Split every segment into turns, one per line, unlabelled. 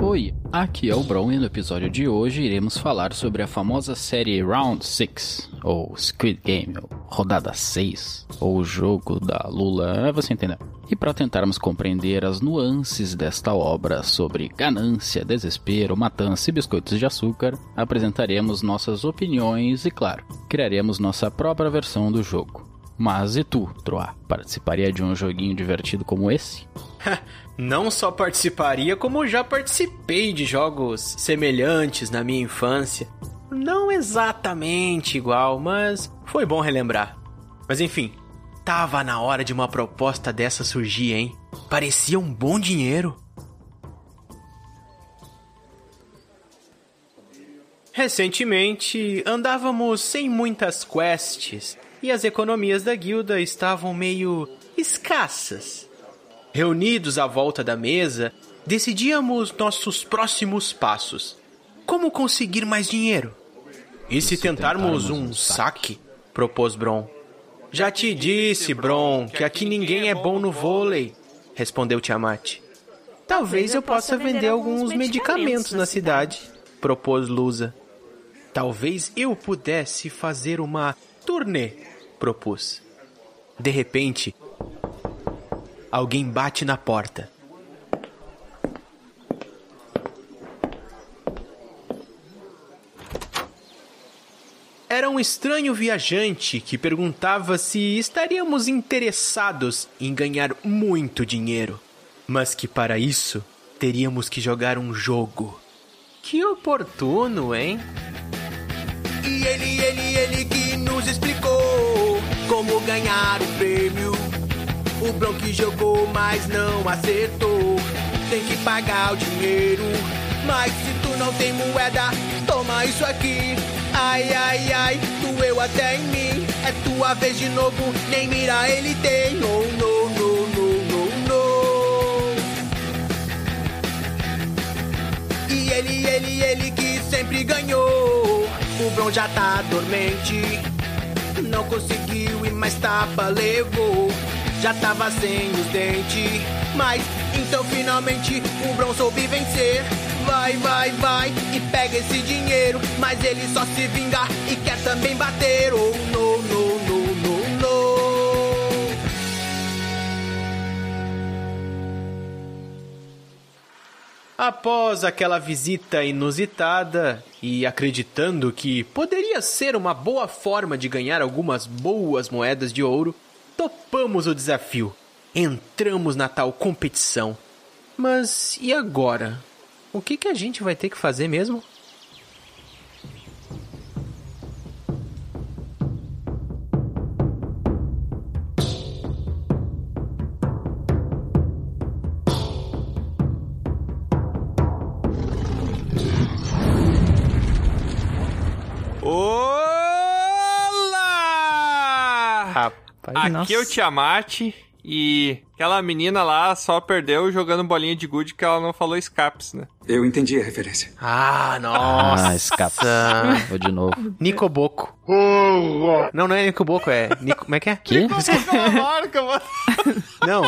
Oi, aqui é o Brown e no episódio de hoje iremos falar sobre a famosa série Round 6, ou Squid Game, ou Rodada 6, ou o Jogo da Lula, é, você entendeu. E para tentarmos compreender as nuances desta obra sobre ganância, desespero, matança e biscoitos de açúcar, apresentaremos nossas opiniões e, claro, criaremos nossa própria versão do jogo. Mas e tu, Troá, participaria de um joguinho divertido como esse?
Não só participaria, como já participei de jogos semelhantes na minha infância. Não exatamente igual, mas foi bom relembrar. Mas enfim, tava na hora de uma proposta dessa surgir, hein? Parecia um bom dinheiro. Recentemente, andávamos sem muitas quests e as economias da guilda estavam meio escassas. Reunidos à volta da mesa, decidíamos nossos próximos passos. Como conseguir mais dinheiro? E se tentarmos um saque? propôs Bron. Já te disse, Bron, que aqui ninguém é bom no vôlei, respondeu Tiamat. Talvez eu possa vender alguns medicamentos na cidade, propôs Lusa. Talvez eu pudesse fazer uma turnê, propus. De repente, alguém bate na porta. Era um estranho viajante que perguntava se estaríamos interessados em ganhar muito dinheiro, mas que para isso teríamos que jogar um jogo. Que oportuno, hein? E ele, ele, ele que nos explicou como ganhar o prêmio. O Bronk jogou, mas não acertou. Tem que pagar o dinheiro. Mas se tu não tem moeda, toma isso aqui. Ai, ai, ai, doeu até em mim. É tua vez de novo, nem mira ele tem. Oh, no, no, no, no, no. E ele, ele, ele que sempre ganhou. O Bron já tá dormente. Não conseguiu e mais tapa levou. Já tava sem os dentes. Mas então finalmente o Bron soube vencer. Vai, vai, vai e pega esse dinheiro. Mas ele só se vinga e quer também bater. Oh, no, no, no, no, no. Após aquela visita inusitada e acreditando que poderia ser uma boa forma de ganhar algumas boas moedas de ouro, topamos o desafio. Entramos na tal competição. Mas e agora? O que, que a gente vai ter que fazer mesmo? Ah,
Olá!
Pai,
Aqui
nossa.
é o Tiamat e aquela menina lá só perdeu jogando bolinha de gude que ela não falou escapes, né?
Eu entendi a referência.
Ah, nossa!
Ah, escapa. Vou de novo.
Nicoboco. Não, não é Nicoboco, é. Nico... Como é que é?
Quê?
Aquela marca, mano.
Não,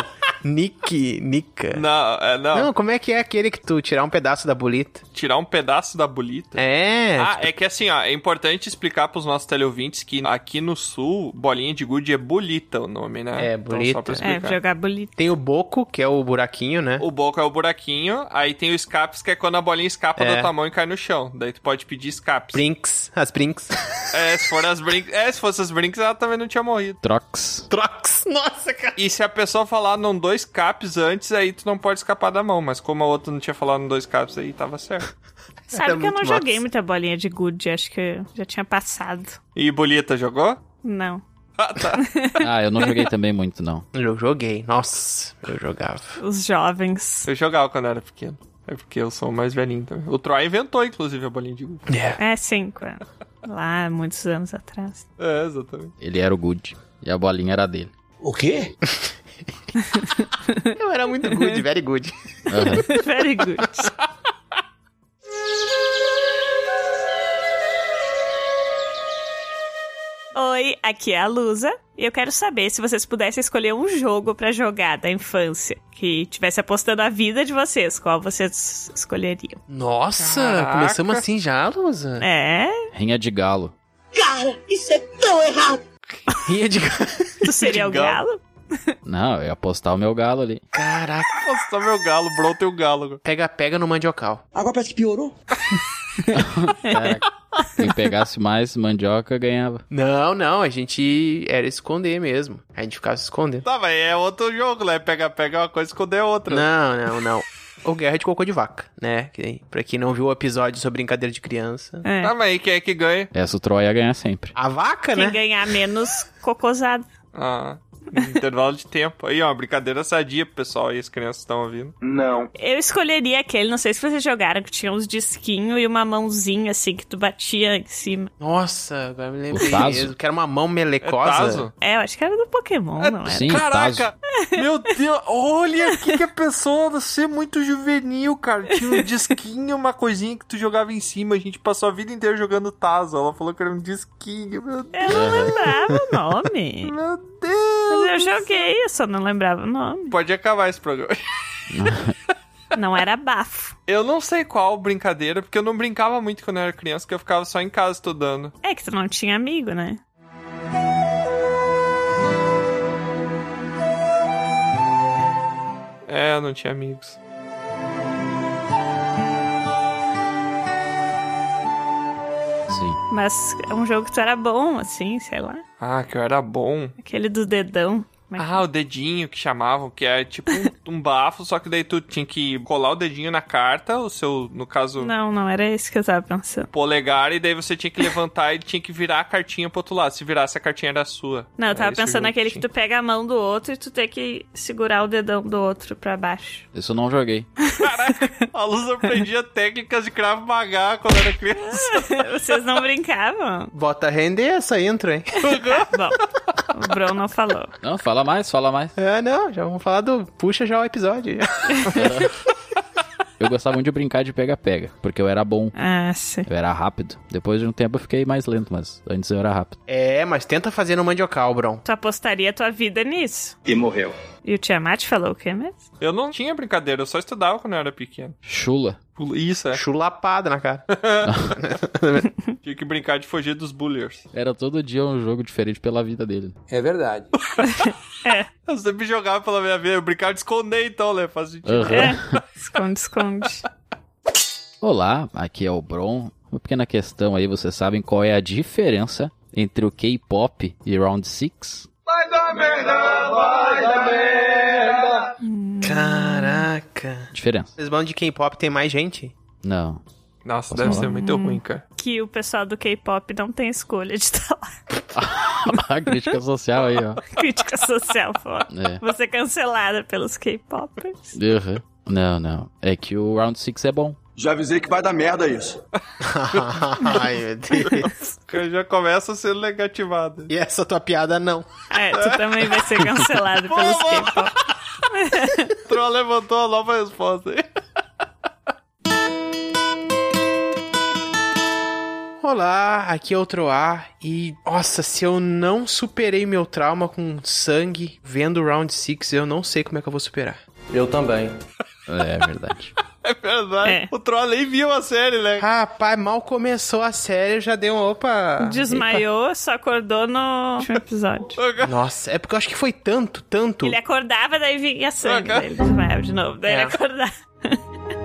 Nick. Nica. Não.
Não, é, não,
como é que é aquele que tu tirar um pedaço da bolita?
Tirar um pedaço da bolita.
É.
Ah, é que assim, ó, é importante explicar pros nossos teleouvintes que aqui no sul, bolinha de gude é bolita o nome, né?
É,
Então, só
bolita.
pra
É,
explicar.
jogar bolita.
Tem o boco, que é o buraquinho, né?
O boco é o buraquinho, aí tem o escapes, que é quando a bolinha escapa
É.
da tua mão e cai no chão. Daí tu pode pedir escapes.
Brinks, as brinks.
É, se for as brinks. É, se fosse as brinks, ela também não tinha morrido.
Trox.
Trox, nossa, cara.
E se a pessoa falar não dois caps antes, aí tu não pode escapar da mão. Mas como a outra não tinha falado não dois caps, aí tava certo.
Sabe
Era
que eu não
É muito
joguei
massa.
muita bolinha de gude, acho que eu já tinha passado.
E Bolita jogou?
Não.
Ah, tá.
Ah, eu não joguei também muito, não.
Eu joguei, nossa, eu jogava.
Os jovens.
Eu jogava quando era pequeno. É porque eu sou mais velhinho também. O Troy inventou, inclusive, a bolinha de gude.
É.
É, cinco. é. Lá, muitos anos atrás.
É, exatamente.
Ele era o good. E a bolinha era dele.
O quê?
Eu era muito good, very good.
Aham.
Very good. Oi, Aqui é a Lusa. E eu quero saber se vocês pudessem escolher um jogo pra jogar da infância que tivesse apostando a vida de vocês, qual vocês escolheriam?
Nossa,
Caraca.
começamos assim já, Lusa?
É,
Rinha de galo.
Cara, isso é tão errado!
Rinha de
tu seria o
Legal.
galo?
Não, eu ia apostar o meu galo ali.
Caraca.
Nossa, tá meu galo, bro, teu galo. agora.
Pega, pega no mandiocal.
Agora parece que piorou.
Caraca. Quem pegasse mais mandioca ganhava.
Não, não, a gente era esconder mesmo. A gente ficava se escondendo.
Tá, mas é outro jogo, né? Pega, pega uma coisa e esconder outra.
Não, não, não. O Guerra de Cocô de Vaca, né? Que, pra quem não viu o episódio sobre brincadeira de criança.
É.
Tá, mas aí quem é que ganha?
Essa o Troy ia ganhar sempre.
A vaca,
Quem
né?
ganhar menos cocosado.
Ah, intervalo de tempo. Aí, ó, brincadeira sadia pro pessoal e as crianças estão ouvindo.
Eu escolheria aquele, não sei se vocês jogaram, que tinha uns disquinhos e uma mãozinha assim que tu batia em cima.
Nossa, agora me lembrei
O Tazo?
mesmo. Que era uma mão
É
melecosa.
Tazo?
É, eu acho que era do Pokémon, não era?
Sim,
Caraca!
Tazo.
Meu Deus, olha que, que a pessoa ser muito juvenil, cara. Tinha um disquinho, uma coisinha que tu jogava em cima. A gente passou a vida inteira jogando Tazo. Ela falou que era um disquinho. Meu Deus,
Eu não lembrava o nome.
meu Deus.
É. Mas eu joguei, eu só não lembrava o nome.
Pode acabar esse programa.
Não era bafo.
Eu não sei qual brincadeira, porque eu não brincava muito quando eu era criança, porque eu ficava só em casa estudando.
É que tu não tinha amigo, né?
É, eu não tinha amigos.
Sim.
Mas é um jogo que tu era bom, assim, sei lá.
Ah, que eu era bom.
Aquele do dedão. Como é que-
Ah, o dedinho que chamavam, que é tipo um, um bafo, só que daí tu tinha que colar o dedinho na carta, o seu, no caso,
Não, não era esse que eu tava pensando.
polegar, e daí você tinha que levantar e tinha que virar a cartinha pro outro lado. Se virasse a cartinha era sua.
Não, eu tava
Era Ah, esse
pensando
jogo
naquele que tu pega a mão do outro e tu tem que segurar o dedão do outro pra baixo.
Isso eu não joguei.
tinha. Caraca, a Luz aprendia técnicas de cravo magá quando era criança.
Vocês não brincavam?
Bota render essa intro, hein?
Tá, bom, o Bron não falou.
Não, fala mais, fala mais.
É, não, já vamos falar do. Puxa já o episódio.
Eu gostava muito de brincar de pega-pega, porque eu era bom.
Ah, sim.
Eu era rápido. Depois de um tempo eu fiquei mais lento, mas antes eu era rápido.
é, mas tenta fazer no mandiocal, Bron.
Tu apostaria tua vida nisso.
E morreu.
E o Tiamat falou o quê mesmo?
Eu não tinha brincadeira, eu só estudava quando eu era pequeno.
Chula.
Isso, é.
Chulapada na cara.
Tinha que brincar de fugir dos bulliers.
Era todo dia um jogo diferente pela vida dele.
É verdade.
Eu sempre jogava pela minha vida, eu brincava de esconder então, né? Faz sentido.
Aham.
Esconde, esconde.
Olá, aqui é o Bron. Uma pequena questão aí, vocês sabem qual é a diferença entre o K-pop e Round 6?
Caraca.
Diferença.
Esse bando de K-pop tem mais gente?
Não.
Nossa,
Posso
deve
falar?
ser muito
Hum.
ruim, cara.
Que o pessoal do K-pop não tem escolha de estar lá.
a crítica social aí, ó.
Crítica social, foda.
É.
Você cancelada pelos K-popers.
Aham. Não, não. É que o Round 6 é bom.
Já avisei que vai dar merda isso.
Ai, meu Deus.
Eu já começa sendo negativado.
E essa tua piada não.
É, tu também vai ser cancelado pelos K-pop.
Troll levantou a nova resposta.
Olá, aqui é o Troá e nossa, se eu não superei meu trauma com sangue vendo Round 6, eu não sei como é que eu vou superar.
É verdade.
É verdade.
É.
O Troll nem viu a série, né?
Rapaz, mal começou a série, eu já dei um opa.
Desmaiou, só acordou no último episódio.
Epa. Nossa, é porque eu acho que foi tanto, tanto.
Ele acordava, daí vinha sangue.
Ah, cara.
Daí ele desmaiava de novo. Daí
É.
ele acordava.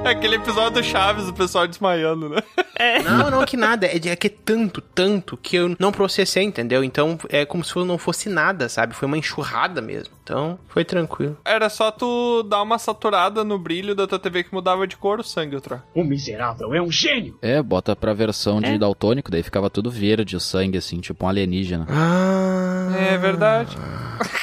É aquele episódio do Chaves, o pessoal desmaiando, né?
Não, não, que nada. É, de- é que é tanto, tanto que eu não processei, entendeu? Então é como se eu não fosse nada, sabe? Foi uma enxurrada mesmo. Então foi tranquilo.
Era só tu dar uma saturada no brilho da tua TV que mudava de cor o sangue, o Troll.
É, bota pra versão de daltônico, daí ficava tudo verde o sangue, assim, tipo um alienígena.
Ah.
É verdade.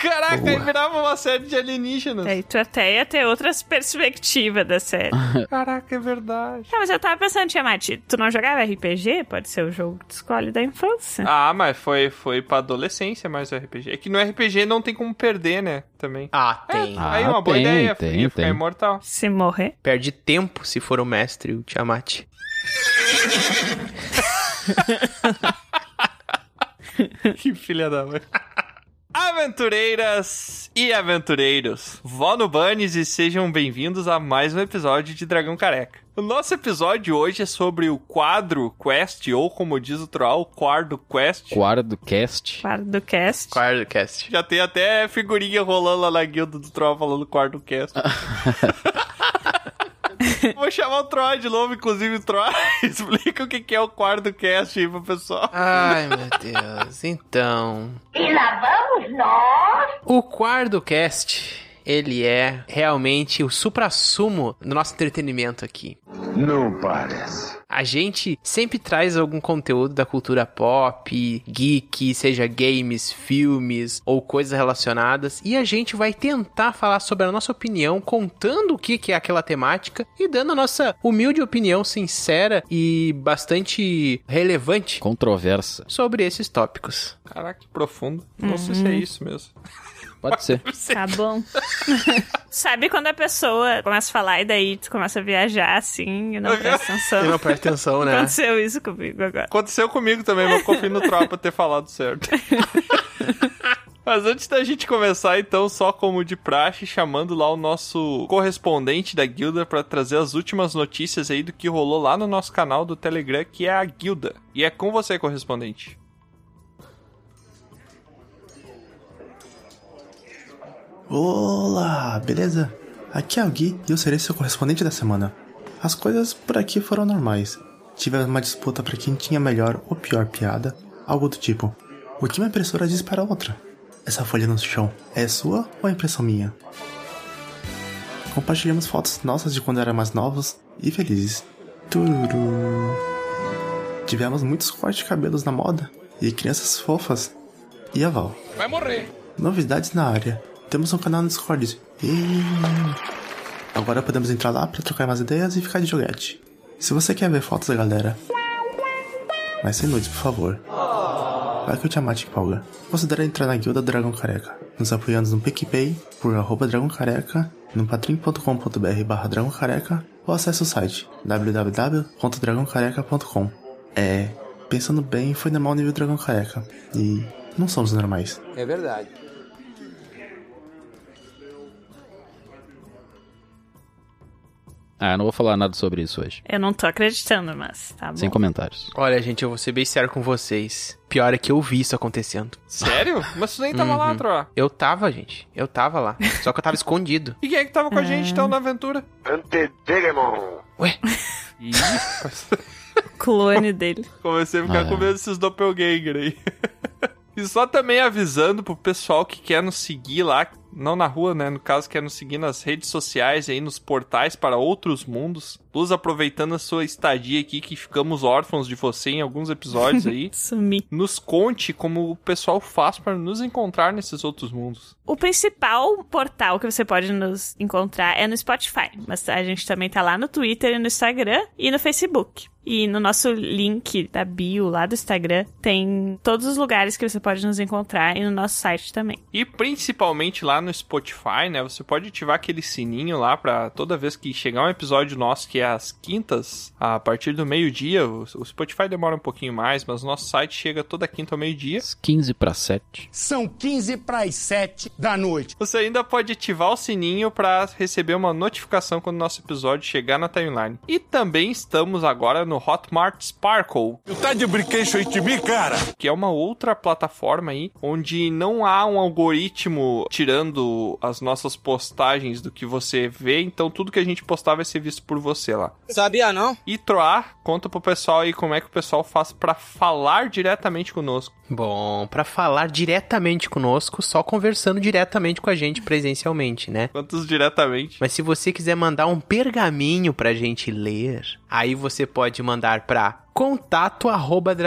Caraca, aí virava uma série de
É.
alienígenas.
Daí É, tu até ia ter outras perspectivas da série.
Caraca, é verdade.
Não, mas eu tava pensando, Tiamat, tu não jogava RPG? Pode ser o jogo que tu escolhe da infância.
Ah, mas foi, foi pra adolescência mais o RPG. É que no RPG não tem como perder, né? Também. É,
Ah, tem.
Ah,
aí uma boa
tem,
ideia,
tem,
ia ficar
tem.
imortal.
Se morrer.
Perde tempo se for o mestre, o Tiamat.
Que filha da mãe. Aventureiras e aventureiros, vó no Bunnies e sejam bem-vindos a mais um episódio de Dragão Careca. O nosso episódio hoje é sobre o quadro quest, ou como diz o Troll, quarto quest.
Quarto cast.
Claro, do cast.
Quarto cast.
Já tem até figurinha rolando lá na guilda do Troll falando quarto cast. Vou chamar o Troy de novo, inclusive o Troy explica o que que é o quarto cast aí pro pessoal.
Ai, meu Deus. Então. E lá vamos nós! O quarto cast. Ele é realmente o suprassumo do nosso entretenimento aqui.
Não parece.
A gente sempre traz algum conteúdo da cultura pop, geek, seja games, filmes ou coisas relacionadas, e a gente vai tentar falar sobre a nossa opinião, contando o que que é aquela temática e dando a nossa humilde opinião sincera e bastante relevante
Controversa.
sobre esses tópicos.
Caraca, que profundo. Não sei se é isso mesmo.
Pode ser.
Tá bom. Sabe quando a pessoa começa a falar e daí tu começa a viajar assim e não presta atenção?
E não presta atenção, né?
Aconteceu isso comigo agora.
Aconteceu comigo também, mas eu confio no Tropa ter falado certo. Mas antes da gente começar, então, só como de praxe, chamando lá o nosso correspondente da guilda pra trazer as últimas notícias aí do que rolou lá no nosso canal do Telegram, que é a guilda. E é com você, correspondente.
Olá, beleza? Aqui é o Gui e eu serei seu correspondente da semana. As coisas por aqui foram normais. Tivemos uma disputa para quem tinha melhor ou pior piada, algo do tipo. O que uma impressora diz para a outra? Essa folha no chão é sua ou é impressão minha? Compartilhamos fotos nossas de quando éramos mais novos e felizes. Tururu. Tivemos muitos cortes de cabelos na moda e crianças fofas. E a Val. Novidades na área. Temos um canal no Discord. E... Agora podemos entrar lá pra trocar mais ideias e ficar de joguete. Se você quer ver fotos da galera. Mas sem nudes, por favor. Vai que o Tiamat empolga. Considere entrar na guilda Dragão Careca. Nos apoiando no PicPay por arroba Dragão Careca, no patrim.com.br barra Dragão Careca ou acesse o site www.dragãocareca.com É... Pensando bem, foi normal nível Dragão Careca. E... Não somos normais.
Ah, não vou falar nada sobre isso hoje.
Eu não tô acreditando, mas tá bom.
Sem comentários.
Olha, gente, eu vou ser bem sério com vocês. Pior é que eu vi isso acontecendo.
Sério? Mas tu nem tava lá, Tro.
Eu tava, gente. Eu tava lá. Só que eu tava escondido.
E quem é que tava com a gente, então, na aventura?
Ué?
Clone dele.
Comecei a ficar
Ah, é.
com medo desses doppelganger aí. e só também avisando pro pessoal que quer nos seguir lá, não na rua, né? No caso, quer nos seguir nas redes sociais aí, nos portais para outros mundos. Luz, aproveitando a sua estadia aqui, que ficamos órfãos de você em alguns episódios aí.
Sumi.
Nos conte como o pessoal faz para nos encontrar nesses outros mundos.
O principal portal que você pode nos encontrar é no Spotify, mas a gente também tá lá no Twitter e no Instagram e no Facebook. E no nosso link da bio lá do Instagram tem todos os lugares que você pode nos encontrar e no nosso site também.
E principalmente lá no Spotify, né? Você pode ativar aquele sininho lá pra toda vez que chegar um episódio nosso que é às quintas, a partir do meio-dia. O o Spotify demora um pouquinho mais, mas o nosso site chega toda quinta ao meio-dia.
15 para 7.
São 15 para as 7 da noite.
Você ainda pode ativar o sininho pra receber uma notificação quando o nosso episódio chegar na timeline. E também estamos agora no Hotmart Sparkle,
Tu tá de brinquedo aí de mim, cara?
que é uma outra plataforma aí, onde não há um algoritmo tirando as nossas postagens do que você vê, então tudo que a gente postar vai ser visto por você lá.
Sabia não?
E Troar, conta pro pessoal aí como é que o pessoal faz pra falar diretamente conosco.
Bom, pra falar diretamente conosco, só conversando diretamente com a gente presencialmente, né?
Quantos diretamente?
Mas se você quiser mandar um pergaminho pra gente ler, aí você pode mandar pra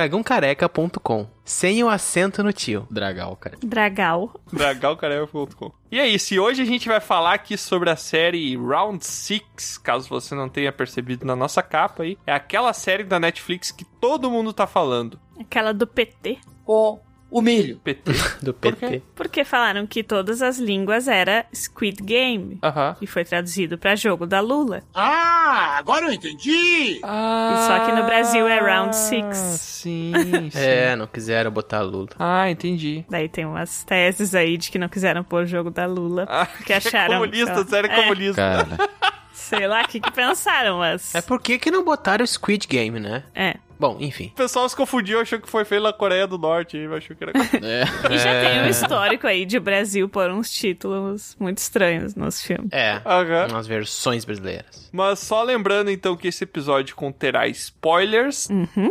contato@dragãocareca.com, sem o acento no tio.
Dragal, cara.
Dragal.
Dragalcareca.com. E é isso, e hoje a gente vai falar aqui sobre a série Round 6, caso você não tenha percebido na nossa capa aí. É aquela série da Netflix que todo mundo tá falando.
Aquela do PT.
Com o milho.
PT.
do
Por
PT.
Porque falaram que todas as línguas era Squid Game.
Aham.
E foi traduzido pra jogo da Lula.
Ah, agora eu entendi!
E só que no Brasil é Round Six.
Ah, Sim, sim.
É, não quiseram botar Lula.
Ah, entendi.
Daí tem umas teses aí de que não quiseram pôr o jogo da Lula.
Ah,
que acharam.
comunista,
sei
sério
lá, é,
comunista.
Cara,
sei lá o que, que pensaram, mas.
É por que que não botaram Squid Game, né?
É.
Bom, enfim.
O pessoal se confundiu, achou que foi feito na Coreia do Norte, aí achou que era...
E já
É.
tem um histórico aí de Brasil pôr uns títulos muito estranhos nos filmes.
É,
Aham.
umas versões brasileiras.
Mas só lembrando então que esse episódio conterá spoilers,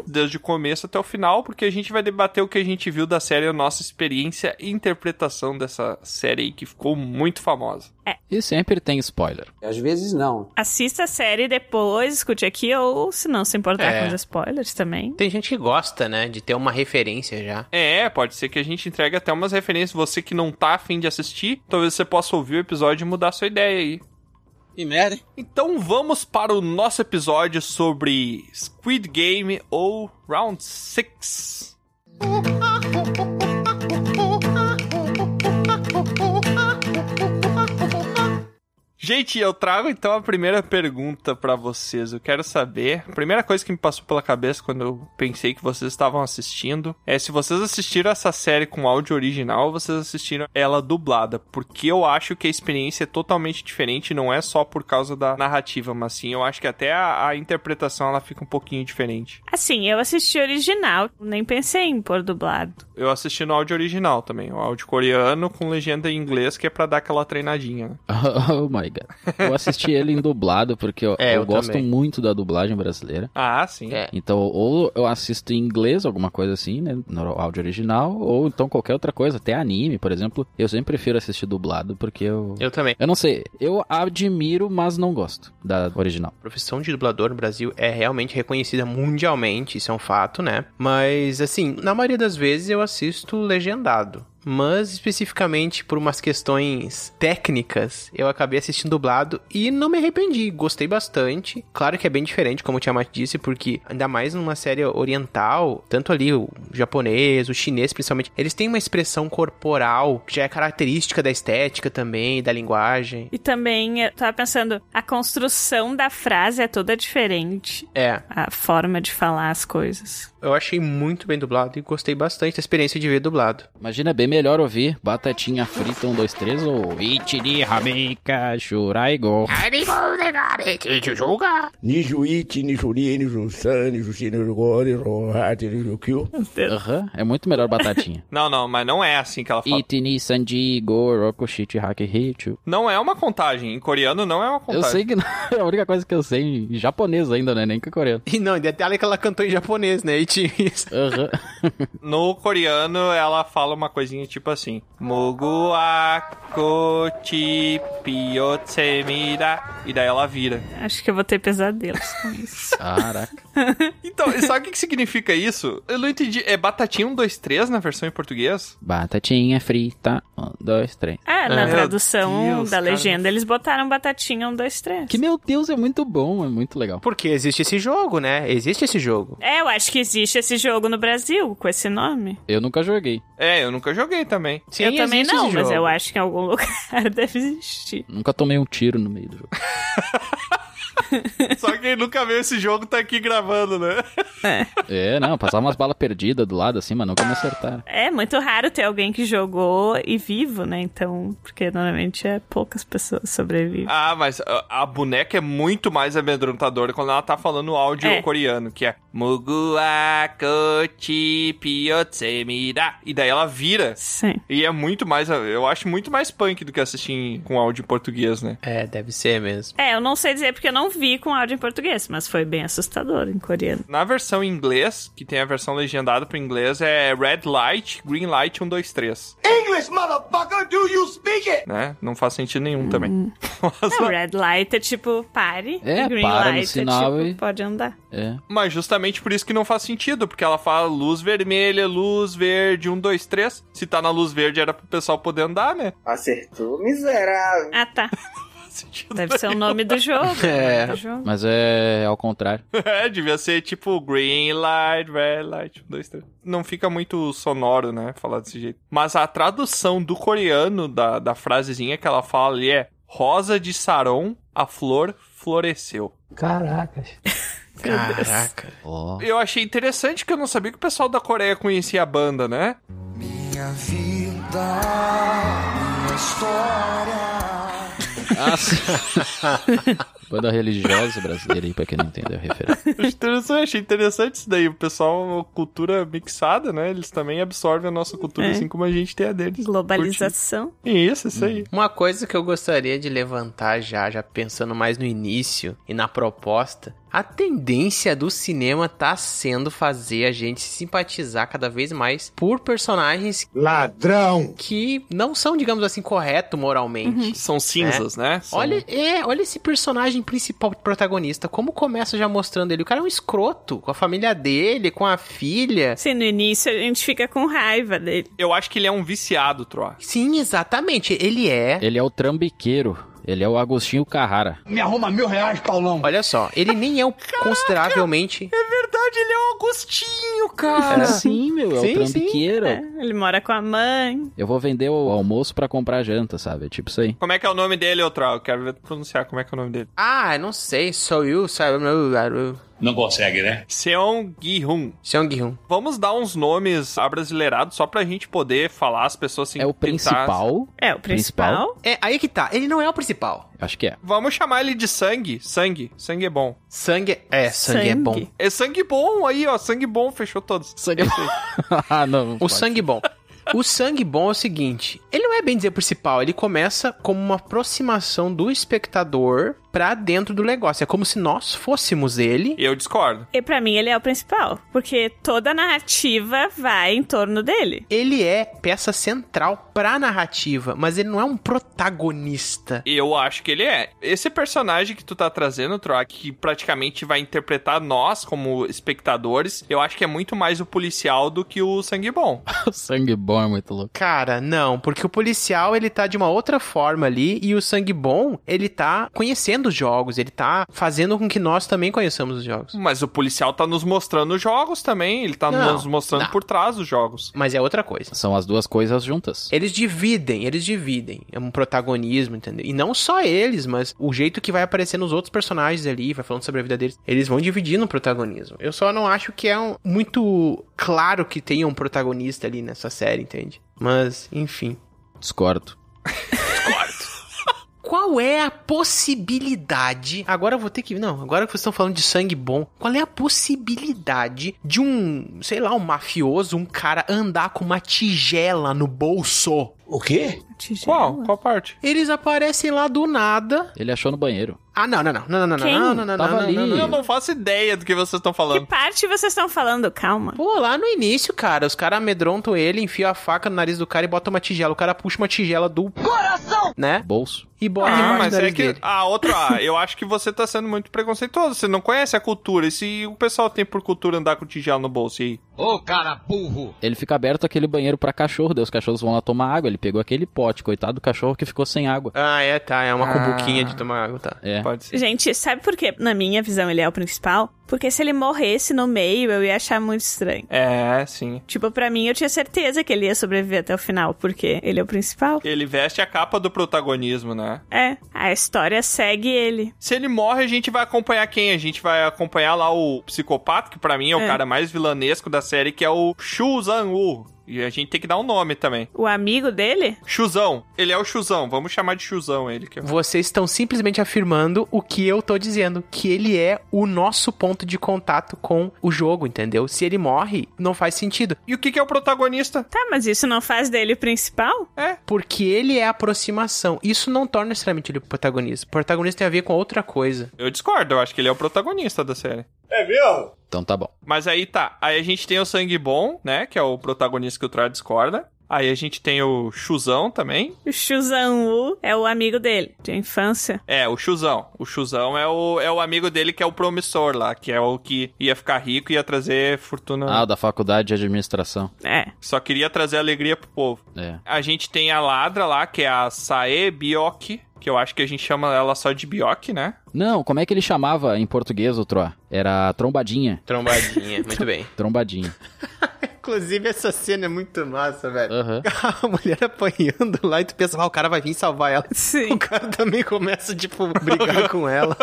desde o começo até o final, porque a gente vai debater o que a gente viu da série, a nossa experiência e interpretação dessa série aí que ficou muito famosa.
e sempre tem spoiler.
Às vezes não.
Assista a série depois, escute aqui, ou se não se importar
É.
com os spoilers também.
Tem gente que gosta, né, de ter uma referência já.
É, pode ser que a gente entregue até umas referências. Você que não tá afim de assistir, talvez você possa ouvir o episódio e mudar sua ideia aí.
Que merda, hein?
Então vamos para o nosso episódio sobre Squid Game ou Round 6. Gente, eu trago então a primeira pergunta pra vocês. Eu quero saber. A primeira coisa que me passou pela cabeça quando eu pensei que vocês estavam assistindo é se vocês assistiram essa série com áudio original ou vocês assistiram ela dublada. Porque eu acho que a experiência é totalmente diferente, não é só por causa da narrativa, mas sim eu acho que até a, a interpretação ela fica um pouquinho diferente.
Assim, eu assisti original, nem pensei em pôr dublado.
Eu assisti no áudio original também, o áudio coreano com legenda em inglês, que é pra dar aquela treinadinha. né?
Oh my god. Eu assisti ele em dublado porque eu,
É,
eu
eu
gosto
também.
muito da dublagem brasileira.
Ah, sim.
É.
Então, ou eu assisto em inglês, alguma coisa assim, né? No áudio original, ou então qualquer outra coisa, até anime, por exemplo. Eu sempre prefiro assistir dublado porque eu.
Eu também.
Eu não sei, eu admiro, mas não gosto da original.
A profissão de dublador no Brasil é realmente reconhecida mundialmente, isso é um fato, né? Mas, assim, na maioria das vezes eu assisto legendado. Mas, especificamente por umas questões técnicas, eu acabei assistindo dublado e não me arrependi. Gostei bastante. Claro que é bem diferente, como o Tiamat disse, porque ainda mais numa série oriental, tanto ali o japonês, o chinês principalmente, eles têm uma expressão corporal que já é característica da estética também, da linguagem.
E também, eu tava pensando, a construção da frase é toda diferente.
É,
A forma de falar as coisas.
Eu achei muito bem dublado e gostei bastante da experiência de ver dublado.
Imagina, é bem melhor ouvir Batatinha Frita 1, 2, 3 ou Ichiri Rameika Shuraigo.
Nijuichi, Nijuri, Nijunsan, Nijushi, Nijugori, Rohati, Nijukyu.
Aham, é muito melhor Batatinha.
Não, não, mas não é assim que ela fala.
Itini Sanji Go Rokushichi Hakihichu.
Não é uma contagem. Em coreano não é uma
Eu
contagem.
sei que não, é a única coisa que eu sei em japonês ainda, né? Nem que coreano.
E não, ainda até que ela cantou em japonês, né? E tinha isso.
Aham.
No coreano, ela fala uma coisinha tipo assim: Moguakochi Piotsemira. E daí ela vira.
Acho que eu vou ter pesadelos com isso.
Caraca.
Então, e sabe o que que significa isso? Eu não entendi. É batatinha 1, 2, 3 na versão em português?
Batatinha frita. Um, dois, três.
Ah, na
É. Meu
tradução
Deus,
da
cara.
legenda, eles botaram batatinha um, dois, três.
Que, meu Deus, é muito bom, é muito legal.
Porque existe esse jogo, né? Existe esse jogo.
É, eu acho que existe esse jogo no Brasil com esse nome.
Eu nunca joguei.
É, eu nunca joguei também.
Sim,
eu também
existe
não,
esse
mas
jogo.
eu acho que em algum lugar deve existir.
Nunca tomei um tiro no meio do jogo.
Só quem nunca viu esse jogo tá aqui gravando, né?
É, não, passava umas balas perdidas do lado assim, mas nunca me acertaram.
É muito raro ter alguém que jogou e vivo, né? Então, porque normalmente é poucas pessoas sobrevivem.
Ah, mas a- a boneca é muito mais amedrontadora quando ela tá falando o áudio
É.
coreano, que é Muguakochi Piotsemira. E daí ela vira.
Sim.
E é muito mais. Eu acho muito mais punk do que assistir em- com áudio em português, né?
É, deve ser mesmo.
É, eu não sei dizer porque eu não vi com áudio em português, mas foi bem assustador em coreano.
Na versão em inglês, que tem a versão legendada pro inglês, é Red Light, Green Light 1, 2, 3.
English, motherfucker, do you speak it?
Né? Não faz sentido nenhum também. Mas,
É, o red light é tipo pare,
É,
e green
para no
light
sinal
é tipo
e-
pode andar.
É.
mas justamente por isso que não faz sentido, porque ela fala luz vermelha, luz verde, 1, 2, 3. Se tá na luz verde era pro pessoal poder andar, né?
Acertou, miserável.
Ah, tá.
sentido.
Deve ser o nome do jogo.
É.
o nome do jogo.
Mas é ao contrário.
É, devia ser tipo green light, red light, um, dois, três. Não fica muito sonoro, né, falar desse jeito. Mas a tradução do coreano da, da frasezinha que ela fala ali é Rosa de Saron, a flor floresceu.
Caracas.
Caraca.
Ó.
Eu achei interessante que eu não sabia que o pessoal da Coreia conhecia a banda, né?
Minha vida, minha história.
Ah, sim. Banda religiosa brasileira aí, pra quem não entendeu a referência.
Achei interessante, achei interessante isso daí. O pessoal, uma cultura mixada, né? Eles também absorvem a nossa cultura,
É.
assim como a gente tem a deles.
Globalização.
Isso, isso aí.
Uma coisa que eu gostaria de levantar já, já pensando mais no início e na proposta, a tendência do cinema tá sendo fazer a gente se simpatizar cada vez mais por personagens
Ladrão.
que não são, digamos assim, correto moralmente.
São cinzas, né? São-
Olha, é, olha esse personagem principal protagonista, como começa já mostrando ele. O cara é um escroto com a família dele, com a filha.
Sim, no início a gente fica com raiva dele.
Eu acho que ele é um viciado, Troa.
Sim, exatamente, ele é.
Ele é o trambiqueiro. Ele é o Agostinho Carrara.
Me arruma mil reais, Paulão.
Olha só, ele nem é o consideravelmente.
É verdade, ele é o Agostinho, cara.
Ah, sim, meu, é
Sim,
o trambiqueiro.
É, ele mora com a mãe.
Eu vou vender o almoço pra comprar janta, sabe? É tipo isso aí.
Como é que é o nome dele, ô Troa? Eu quero ver tu pronunciar como é que é o nome dele.
Ah, não sei, sou eu, sabe?
Não consegue, né?
Seon Gi-hun.
Seong-hun.
Vamos dar uns nomes abrasileirados só pra gente poder falar as pessoas assim.
É o
tentar-
principal.
É, o principal.
É, aí que tá, ele não é o principal.
Acho que é.
Vamos chamar ele de sangue. Sangue. Sangue é bom.
Sangue é, sangue, é bom.
É sangue bom aí, ó. Sangue bom, fechou todos.
Sangue ah, não. não
O
pode.
sangue bom. O sangue bom é o seguinte, ele não é bem dizer principal, ele começa como uma aproximação do espectador pra dentro do negócio. É como se nós fôssemos ele.
Eu discordo.
E pra mim ele é o principal, porque toda a narrativa vai em torno dele.
Ele é peça central pra narrativa, mas ele não é um protagonista.
Eu acho que ele é. Esse personagem que tu tá trazendo, Troa, que praticamente vai interpretar nós como espectadores, eu acho que é muito mais o policial do que o sangue bom.
O sangue bom é muito louco.
Cara, não, porque o policial ele tá de uma outra forma ali e o sangue bom ele tá conhecendo os jogos, ele tá fazendo com que nós também conheçamos os jogos.
Mas o policial tá nos mostrando os jogos também. Ele tá
Não,
nos mostrando
não.
por trás dos jogos.
Mas é outra coisa.
São as duas coisas juntas.
Eles dividem, eles dividem. É um protagonismo, entendeu? E não só eles, mas o jeito que vai aparecendo os outros personagens ali, vai falando sobre a vida deles, eles vão dividindo o protagonismo. Eu só não acho que é um- muito claro que tenha um protagonista ali nessa série, entende? Mas, enfim.
Discordo.
Qual é a possibilidade? Agora eu vou ter que. Não, agora que vocês estão falando de sangue bom, qual é a possibilidade de um, sei lá, um mafioso, um cara andar com uma tigela no bolso?
O quê?
Tigela.
Qual? Qual parte?
Eles aparecem lá do nada.
Ele achou no banheiro.
Ah, não, não, não, não, não, não,
Quem?
não, não, não,
Tava
não,
ali.
não, não, não.
Eu não faço ideia do que vocês estão
Que
falando.
parte vocês estão falando? Calma.
Pô, lá no início, cara, os caras amedrontam ele, enfiam a faca no nariz do cara e botam uma tigela. O cara puxa uma tigela do. Coração! Né?
Bolso.
E bota
Ah,
embaixo
mas
do
é
nariz
que.
dele.
Ah, outro. Ah, eu acho que você tá sendo muito preconceituoso. Você não conhece a cultura. E se o pessoal tem por cultura andar com tigela no bolso e aí?
Ô, cara burro!
Ele fica aberto aquele banheiro pra cachorro. Daí os cachorros vão lá tomar água. Ele pegou aquele pote, coitado do cachorro que ficou sem água.
Ah, é, tá. É uma
Ah.
cubuquinha de tomar água, tá.
É.
Pode ser.
Gente, sabe por que, na minha visão, ele é o principal? Porque se ele morresse no meio, eu ia achar muito estranho.
É, sim.
Tipo, pra mim, eu tinha certeza que ele ia sobreviver até o final, porque ele é o principal.
Ele veste a capa do protagonismo, né?
É, a história segue ele.
Se ele morre, a gente vai acompanhar quem? A gente vai acompanhar lá o psicopata, que pra mim é o
É.
cara mais vilanesco da série, que é o Shu Zhan-woo. E a gente tem que dar um nome também.
O amigo dele?
Chuzão. Ele é o Chuzão. Vamos chamar de Chuzão ele. Que é...
Vocês estão simplesmente afirmando o que eu tô dizendo, que ele é o nosso ponto de contato com o jogo, entendeu? Se ele morre, não faz sentido,
E o que, que é o protagonista?
Tá, mas isso não faz dele o principal?
porque ele é a aproximação. Isso não torna necessariamente ele o protagonista. O protagonista tem a ver com outra coisa.
Eu discordo. Eu acho que ele é o protagonista da série.
Então tá bom.
Mas aí tá. Aí a gente tem o Sangue Bom, né? Que é o protagonista que o Troy discorda. Aí a gente tem o Chuzão também.
O Shuzan Wu é o amigo dele, de infância.
É, o Chuzão. O Chuzão é o, é o amigo dele que é o promissor lá, que é o que ia ficar rico e ia trazer fortuna.
Ah, da faculdade de administração.
É.
Só queria trazer alegria pro povo.
É.
A gente tem a ladra lá, que é a Sae Biok, que eu acho que a gente chama ela só de Bioc, né?
Não, como é que ele chamava em português o Troá? Era trombadinha.
Trombadinha, muito bem.
Trombadinha.
Inclusive, essa cena é muito massa, velho.
Ah.
Aham.
A mulher apanhando lá e tu pensa, ah, o cara vai vir salvar ela.
Sim.
O cara também começa, tipo, brigar com ela.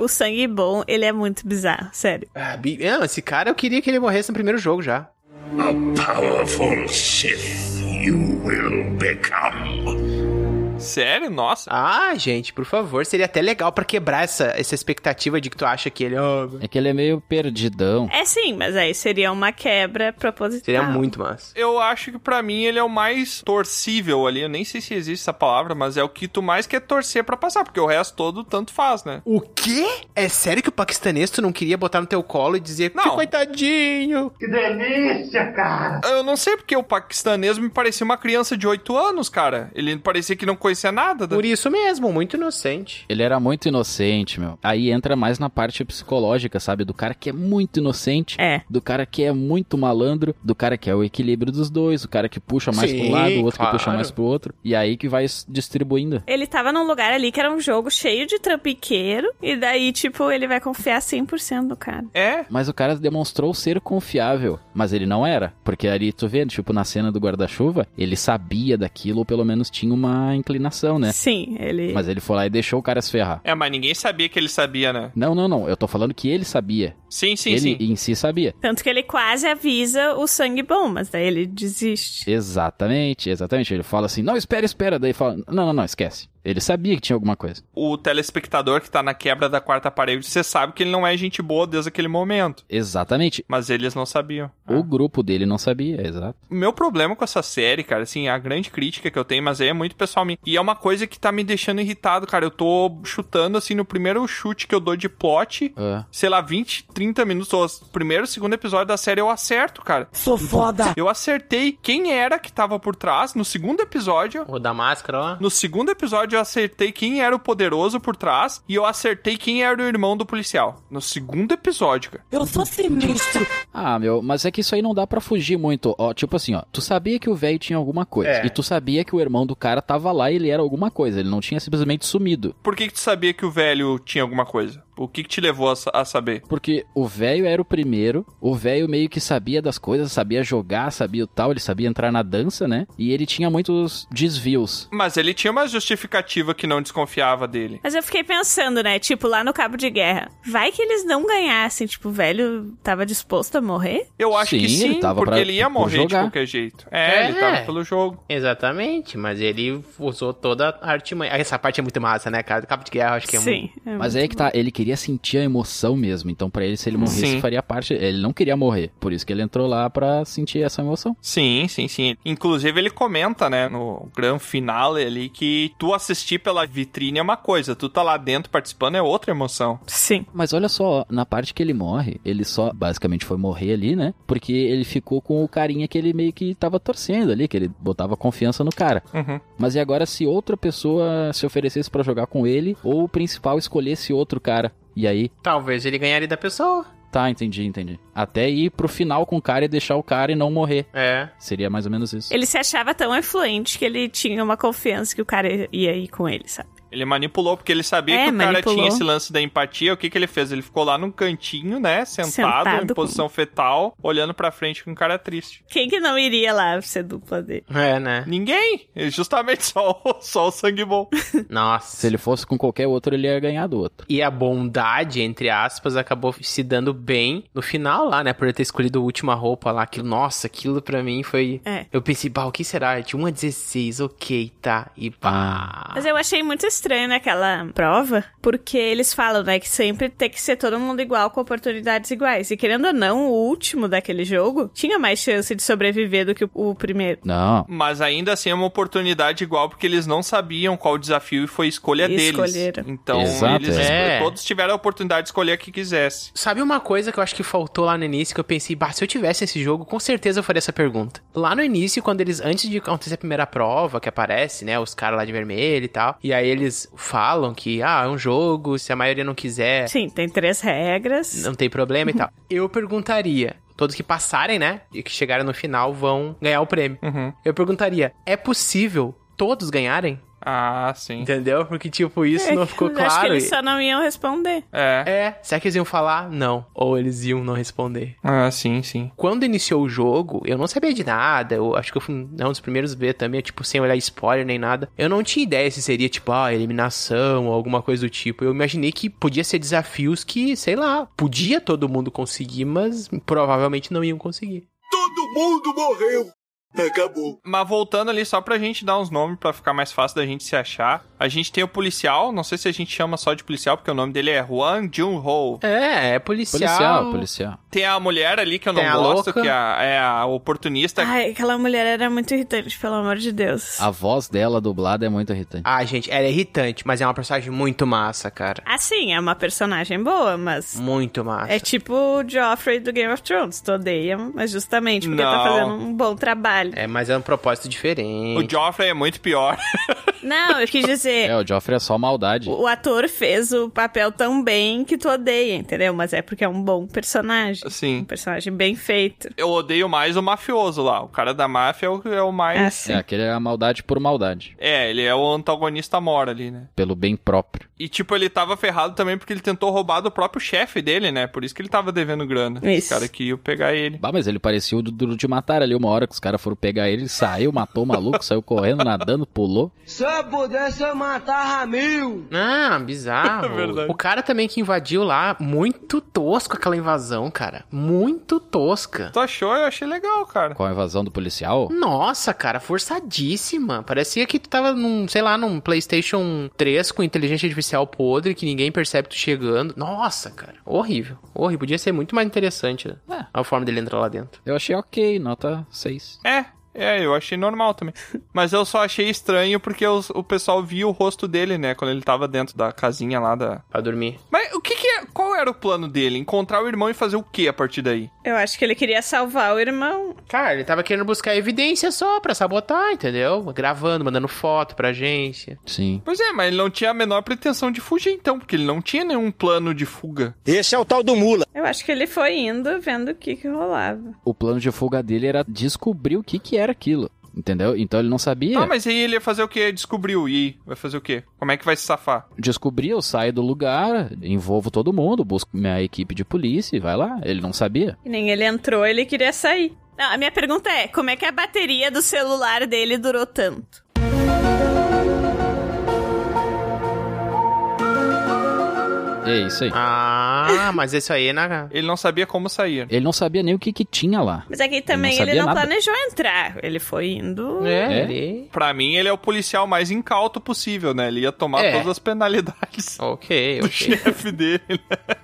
O sangue bom, ele é muito bizarro, sério.
Ah, Bi- Não, esse cara eu queria que ele morresse no primeiro jogo já.
Powerful Sith you will become.
Sério? Nossa.
Ah, gente, por favor, seria até legal pra quebrar essa, essa expectativa de que tu acha que ele. ah, ó,
É que ele é meio perdidão.
É sim, mas aí seria uma quebra proposital.
seria muito massa.
Eu acho que pra mim ele é o mais torcível ali. Eu nem sei se existe essa palavra, mas é o que tu mais quer torcer pra passar, porque o resto todo tanto faz, né?
O quê? É sério que o paquistanês tu não queria botar no teu colo e dizer
Não.
que coitadinho?
Que delícia, cara!
Eu não sei porque o paquistanês me parecia uma criança de 8 anos, cara. Ele parecia que não conhecia nada. da-
Por isso mesmo, muito inocente.
Ele era muito inocente, meu. Aí entra mais na parte psicológica, sabe? Do cara que é muito inocente.
É.
Do cara que é muito malandro, do cara que é o equilíbrio dos dois, o cara que puxa mais
Sim,
pro lado, o outro
claro.
que puxa mais pro outro, e aí que vai s- distribuindo.
Ele tava num lugar ali que era um jogo cheio de trampiqueiro, e daí, tipo, ele vai confiar 100% no cara.
É,
Mas o cara demonstrou ser confiável, mas ele não era, porque ali tu vê, tipo, na cena do guarda-chuva, ele sabia daquilo, ou pelo menos tinha uma inclinação, né?
Sim, ele.
Mas ele foi lá e deixou o cara se ferrar.
é, mas ninguém sabia que ele sabia, né?
Não, não, não, eu tô falando que ele sabia.
Sim, sim,
ele
sim.
em si sabia.
Tanto que ele quase avisa o sangue bom, mas daí ele desiste.
Exatamente, exatamente. Ele fala assim: não, espera, espera. Daí fala: não, não, não, esquece. Ele sabia que tinha alguma coisa.
O telespectador que tá na quebra da quarta parede, você sabe que ele não é gente boa desde aquele momento.
Exatamente.
Mas eles não sabiam.
O grupo dele não sabia, exato.
O meu problema com essa série, cara, assim, a grande crítica que eu tenho, mas aí é muito pessoal minha. E é uma coisa que tá me deixando irritado, cara. Eu tô chutando, assim, no primeiro chute que eu dou de plot,
Ah.
sei lá, 20, 30 minutos, ou os primeiro, segundo episódio da série eu acerto, cara.
Sou foda.
Eu acertei quem era que tava por trás no segundo episódio.
O da máscara lá.
No segundo episódio eu acertei quem era o poderoso por trás e eu acertei quem era o irmão do policial. No segundo episódio, cara.
Eu sou sinistro.
Ah, meu, mas é que isso aí não dá pra fugir muito. Ó, tipo assim, ó, tu sabia que o velho tinha alguma coisa.
É.
E tu sabia que o irmão do cara tava lá e ele era alguma coisa. Ele não tinha simplesmente sumido.
Por que que tu sabia que o velho tinha alguma coisa? O que que te levou a sa- a saber?
Porque o velho era o primeiro, o velho meio que sabia das coisas, sabia jogar, sabia o tal, ele sabia entrar na dança, né? E ele tinha muitos desvios.
Mas ele tinha uma justificativa que não desconfiava dele.
Mas eu fiquei pensando, né? Tipo, lá no cabo de guerra. Vai que eles não ganhassem, tipo, o velho tava disposto a morrer?
Eu acho
Sim,
que sim,
ele tava
porque
pra-
ele ia
por
morrer de
jogar.
qualquer jeito.
É.
É, ele tava pelo jogo.
Exatamente, mas ele usou toda a artimanha. Essa parte é muito massa, né, cara? Do cabo de guerra, acho que é muito.
Sim. é
Mas
muito
aí que tá, ele queria sentir a emoção mesmo. Então, pra ele, se ele morresse,
Sim.
faria parte. Ele não queria morrer. Por isso que ele entrou lá pra sentir essa emoção.
Sim, sim, sim. Inclusive, ele comenta, né, no gran finale ali, que tu assistir pela vitrine é uma coisa, tu tá lá dentro participando é outra emoção.
bom. Sim.
Mas olha só, na parte que ele morre, ele só basicamente foi morrer ali, né? Porque ele ficou com o carinha que ele meio que tava torcendo ali, que ele botava confiança no cara.
Uhum.
Mas e agora se outra pessoa se oferecesse pra jogar com ele, ou o principal escolhesse outro cara? E aí,
Talvez ele ganharia da pessoa.
tá, entendi, entendi. Até ir pro final com o cara e deixar o cara e não morrer.
É.
Seria mais ou menos isso.
Ele se achava tão influente que ele tinha uma confiança que o cara ia ir com ele, sabe?
Ele manipulou, porque ele sabia
É,
que o cara
manipulou.
tinha esse lance da empatia. O que, que ele fez? Ele ficou lá num cantinho, né? Sentado,
Sentado
em posição fetal, olhando pra frente com um cara triste.
Quem que não iria lá ser dupla dele?
É, né?
Ninguém! É Justamente só, o- só o sangue bom.
Nossa.
Se ele fosse com qualquer outro, ele ia ganhar do outro.
E a bondade, entre aspas, acabou se dando bem no final lá, né? Por eu ter escolhido a última roupa lá. Aquilo, nossa, aquilo pra mim foi.
É.
Eu pensei, pá, o que será? É De 1 a 16, ok, tá. E pá.
Mas eu achei muito estranho naquela prova, porque eles falam, né, que sempre tem que ser todo mundo igual com oportunidades iguais. E querendo ou não, o último daquele jogo tinha mais chance de sobreviver do que o- o primeiro.
Não,
Mas ainda assim é uma oportunidade igual, porque eles não sabiam qual desafio e foi escolha
E
deles.
escolheram.
Então,
Exato,
eles
é.
todos tiveram a oportunidade de escolher a que quisesse.
Sabe uma coisa que eu acho que faltou lá no início que eu pensei, bah, se eu tivesse esse jogo, com certeza eu faria essa pergunta. Lá no início, quando eles, antes de acontecer a primeira prova que aparece, né, os caras lá de vermelho e tal, e aí eles falam que, ah, é um jogo, se a maioria não quiser,
Sim, tem três regras.
É. não tem problema e tal.
Uhum.
Eu perguntaria, todos que passarem, né, e que chegaram no final vão ganhar o prêmio.
Uhum.
Eu perguntaria, é possível todos ganharem?
Ah, sim.
Entendeu? Porque, tipo, isso
É,
não ficou
acho
claro.
que eles
e-
só não iam responder.
É. Será que eles iam falar? Não. Ou eles iam não responder.
Ah, sim, sim.
Quando iniciou o jogo, eu não sabia de nada. Eu acho que eu fui um dos primeiros a ver também, tipo, sem olhar spoiler nem nada. Eu não tinha ideia se seria, tipo, ah, eliminação ou alguma coisa do tipo. Eu imaginei que podia ser desafios que, sei lá, podia todo mundo conseguir, mas provavelmente não iam conseguir.
Todo mundo morreu. Acabou.
Mas voltando ali, só pra gente dar uns nomes pra ficar mais fácil da gente se achar. A gente tem o policial, não sei se a gente chama só de policial, porque o nome dele é Juan Jun-ho.
É, é
Policial, policial.
Tem a mulher ali que eu não
Tem a
gosto,
louca.
que é a, é a oportunista.
Tá.
Ai, aquela mulher era muito irritante, pelo amor de Deus.
A voz dela dublada é muito irritante.
Ah, gente, ela é irritante, mas é uma personagem muito massa, cara.
Assim, é uma personagem boa, mas.
Muito massa.
É tipo o Joffrey do Game of Thrones, tu odeia, mas justamente porque tá
Não.
fazendo um bom trabalho.
É, mas é um propósito diferente.
O Joffrey é muito pior.
Não, eu quis dizer,
É, o Joffrey é só maldade.
Ah, o ator fez o papel tão bem que tu odeia, entendeu? Mas é porque é um bom personagem.
Sim.
Um personagem bem feito.
Assim, Eu odeio mais o mafioso lá. O cara da máfia é o, é o mais.
Ah, sim.
É, aquele é a maldade por maldade.
É, ele é o antagonista mora ali, né?
Pelo bem próprio.
E, tipo, ele tava ferrado também porque ele tentou roubar do próprio chefe dele, né? Por isso que ele tava devendo grana.
Isso.
Os caras que iam pegar ele.
Bah, mas ele parecia o do Duro de Matar ali uma hora que os caras foram pegar ele, ele saiu, matou o maluco, saiu correndo, nadando, pulou.
Se eu pudesse, eu matava mil.
Ah, bizarro.
É verdade.
O cara também que invadiu lá, muito tosco aquela invasão, cara. Muito tosca.
Tu achou? Eu achei legal, cara.
Com a invasão do policial?
Nossa, cara, forçadíssima. Parecia que tu tava num, sei lá, num PlayStation 3 com inteligência artificial podre que ninguém percebe tu chegando. Nossa, cara, horrível. Horrível. Podia ser muito mais interessante né?
É.
a forma dele entrar lá dentro.
Eu achei ok, nota 6.
É, é, eu achei normal também. Mas eu só achei estranho porque os- o pessoal via o rosto dele, né? Quando ele tava dentro da casinha lá da.
Pra dormir.
Mas o que que é. Qual era o plano dele? Encontrar o irmão e fazer o que a partir daí?
Eu acho que ele queria salvar o irmão.
Cara, ele tava querendo buscar evidência só pra sabotar, entendeu? Gravando, mandando foto pra agência.
Sim.
Pois é, mas ele não tinha a menor pretensão de fugir então, porque ele não tinha nenhum plano de fuga.
Esse é o tal do Mula.
Eu acho que ele foi indo vendo o que que rolava.
O plano de fuga dele era descobrir o que que era aquilo, entendeu? Então ele não sabia.
Ah, mas aí ele ia fazer o quê? Descobriu. E aí, vai fazer o quê? Como é que vai se safar?
Descobri, eu saio do lugar, envolvo todo mundo, busco minha equipe de polícia e vai lá. Ele não sabia.
E nem ele entrou, ele queria sair. Não, a minha pergunta é, como é que a bateria do celular dele durou tanto?
É isso aí.
Ah, mas isso aí é na.
Ele não sabia como sair.
Ele não sabia nem o que que tinha lá.
Mas aqui
não
também ele
sabia
não
nada.
planejou entrar, ele foi indo...
É.
ele...
Pra mim, ele é o policial mais incauto possível, né? Ele ia tomar
É.
todas as penalidades
Ok,
do
ok.
chefe dele, né?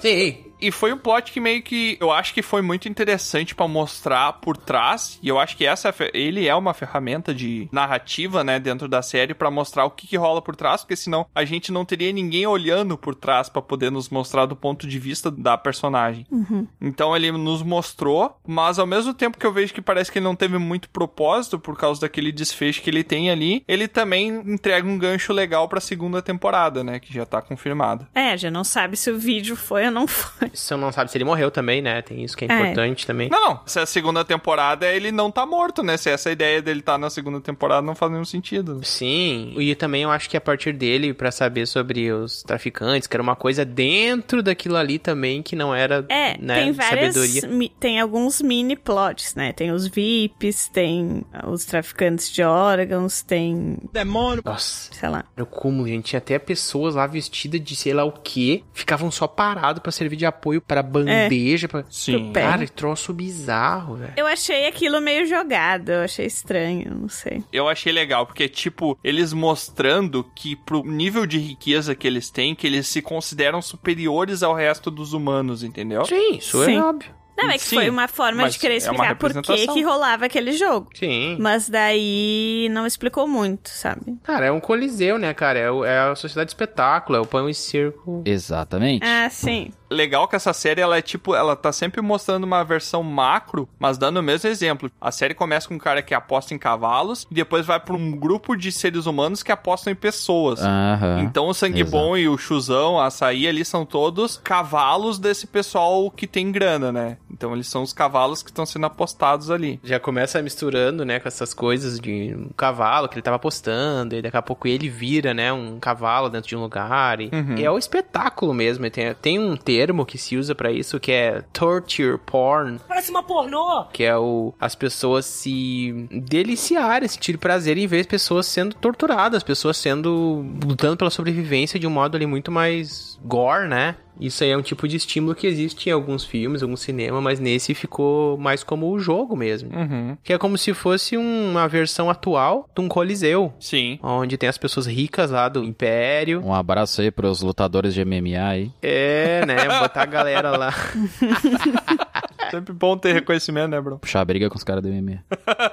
Sim.
E foi um plot que meio que eu acho que foi muito interessante pra mostrar por trás, e eu acho que essa fe- ele é uma ferramenta de narrativa, né, dentro da série pra mostrar o que, que rola por trás, porque senão a gente não teria ninguém olhando por trás pra poder nos mostrar do ponto de vista da personagem.
Uhum.
Então ele nos mostrou, mas ao mesmo tempo que eu vejo que parece que ele não teve muito propósito por causa daquele desfecho que ele tem ali, ele também entrega um gancho legal pra segunda temporada, né, que já tá confirmada.
É, já não sabe se o vídeo foi ou não foi.
Você não sabe se ele morreu também, né? Tem isso que é
É.
importante também.
Não, não. Se é a segunda temporada, ele não tá morto, né? Se essa ideia dele tá na segunda temporada, não faz nenhum sentido. né?
Sim, e também eu acho que a partir dele, pra saber sobre os traficantes, que era uma coisa dentro daquilo ali também que não era
É,
né,
tem várias.
sabedoria.
mi- tem alguns mini plots, né? Tem os VIPs, tem ah, os traficantes de órgãos, tem.
Demônio! Nossa,
sei lá.
Era o cúmulo, gente. Tinha até pessoas lá vestidas de sei lá o que, ficavam só parados pra servir de apoio pra bandeja. Pra...
Sim.
Cara, que troço bizarro, velho.
Eu achei aquilo meio jogado, eu achei estranho, não sei.
Eu achei legal, porque, tipo, eles mostrando que pro nível de riqueza que eles têm, que eles se consideram superiores ao resto dos humanos, entendeu?
Sim, isso é Sim. óbvio.
Não, é que
Sim,
foi uma forma
mas
de querer
é uma
explicar por que,
representação.
que rolava aquele jogo.
Sim.
Mas daí não explicou muito, sabe?
Cara, é um coliseu, né, cara? É, o- é a sociedade de espetáculo, é o pão e circo.
Exatamente.
Ah, sim.
Legal que essa série, ela é tipo, ela tá sempre mostrando uma versão macro, mas dando o mesmo exemplo. A série começa com um cara que aposta em cavalos, e depois vai pra um grupo de seres humanos que apostam em pessoas.
Aham.
Então o
Tá.
Sangue
Exato.
Bom e o Chuzão, a Açaí ali são todos cavalos desse pessoal que tem grana, né? Então eles são os cavalos que estão sendo apostados ali.
Já começa misturando, né, com essas coisas de um cavalo que ele tava apostando, e daqui a pouco ele vira, né, um cavalo dentro de um lugar. E,
Uhum.
e é o espetáculo mesmo. e Tem, tem um termo que se usa pra isso que é torture porn,
Parece uma pornô!
que é o as pessoas se deliciarem, sentir prazer em ver as pessoas sendo torturadas, pessoas sendo lutando pela sobrevivência de um modo ali muito mais gore, né? Isso aí é um tipo de estímulo que existe em alguns filmes, algum cinema, mas nesse ficou mais como o jogo mesmo.
Uhum.
Que é como se fosse um- uma versão atual de um coliseu.
Sim.
Onde tem as pessoas ricas lá do império.
Um abraço aí pros lutadores de MMA aí.
É, né? Botar a galera lá.
Sempre bom ter reconhecimento, né, bro?
Puxar a briga com os caras do MMA.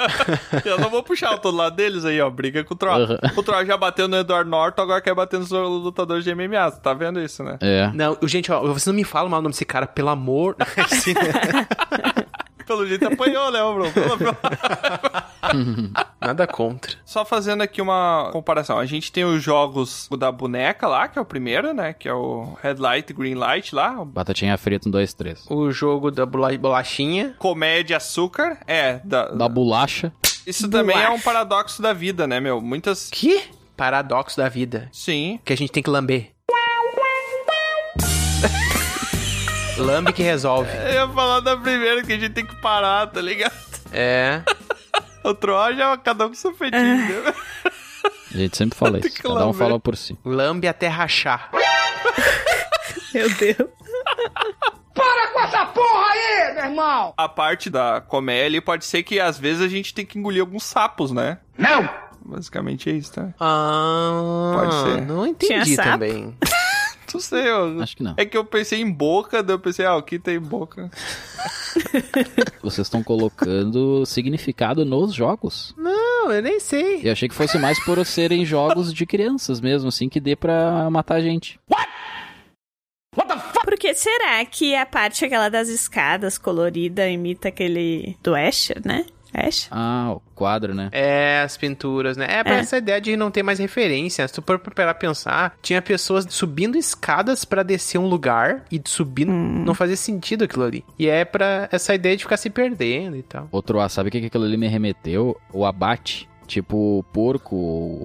Eu não vou puxar o todo lado deles aí, ó. Briga com o Troll. O Troll já bateu no Edward Norton, agora quer bater nos lutadores de MMA. Você tá vendo isso, né?
É.
Não, gente, ó, vocês não me falam mal o nome desse cara, pelo amor.
Pelo jeito apanhou, né, bro? Pelo- pelo-
Nada contra.
Só fazendo aqui uma comparação. A gente tem os jogos da boneca lá, que é o primeiro, né? Que é o Red Light, Green Light lá.
Batatinha frita, um, dois, três.
O jogo da bola- bolachinha.
Comédia Açúcar. É, da...
Da bolacha.
Isso também é um
Bolacha.
paradoxo da vida, né, meu? Muitas...
Que? Paradoxo da vida.
Sim.
Que a gente tem que lamber. Lambe que resolve.
Eu ia falar da primeira, que a gente tem que parar, tá ligado?
É.
O Troll já é cada um com seu feitinho, né?
A gente sempre fala isso. Cada um
lamber.
fala por si.
Lambe até rachar.
Meu Deus.
Para com essa porra aí, meu irmão!
A parte da colmeia ali pode ser que às vezes a gente tem que engolir alguns sapos, né?
Não!
Basicamente é isso, tá?
Ah,
Pode ser.
não
Tinha
entendi
sapo?
também.
Não sei, eu...
Acho que não.
É que eu pensei em boca, daí eu pensei, ah, o que tem boca?
Vocês estão colocando significado nos jogos.
Não, eu nem sei.
Eu achei que fosse mais por serem jogos de crianças mesmo, assim, que dê pra matar a gente.
Por que será que a parte aquela das escadas colorida imita aquele do Asher, né? Asher?
Ah, o quadro, né?
É, as pinturas, né? É, pra essa ideia de não ter mais referência. Se tu for pra pensar, tinha pessoas subindo escadas pra descer um lugar e subindo não fazia sentido aquilo ali. E é pra essa ideia de ficar se perdendo e tal.
Outro A, sabe o que, que aquilo ali me remeteu? O abate. Tipo, o porco,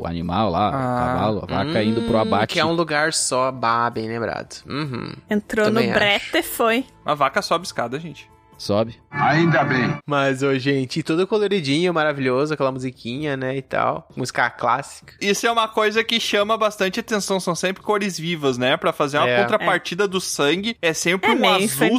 o animal lá, o
Ah.
cavalo, a vaca indo pro
Hum,
abate.
Que é um lugar só, bah, bem lembrado. Uhum.
Entrou
Também
no
acho.
brete e foi.
A vaca sobe escada, gente.
Sobe.
Ainda bem.
Mas, ô, gente, tudo coloridinho, maravilhoso, aquela musiquinha, né, e tal. Música clássica.
Isso é uma coisa que chama bastante atenção, são sempre cores vivas, né? Pra fazer uma
É.
contrapartida do sangue, é sempre
É
um
meio
azul
infantil, né?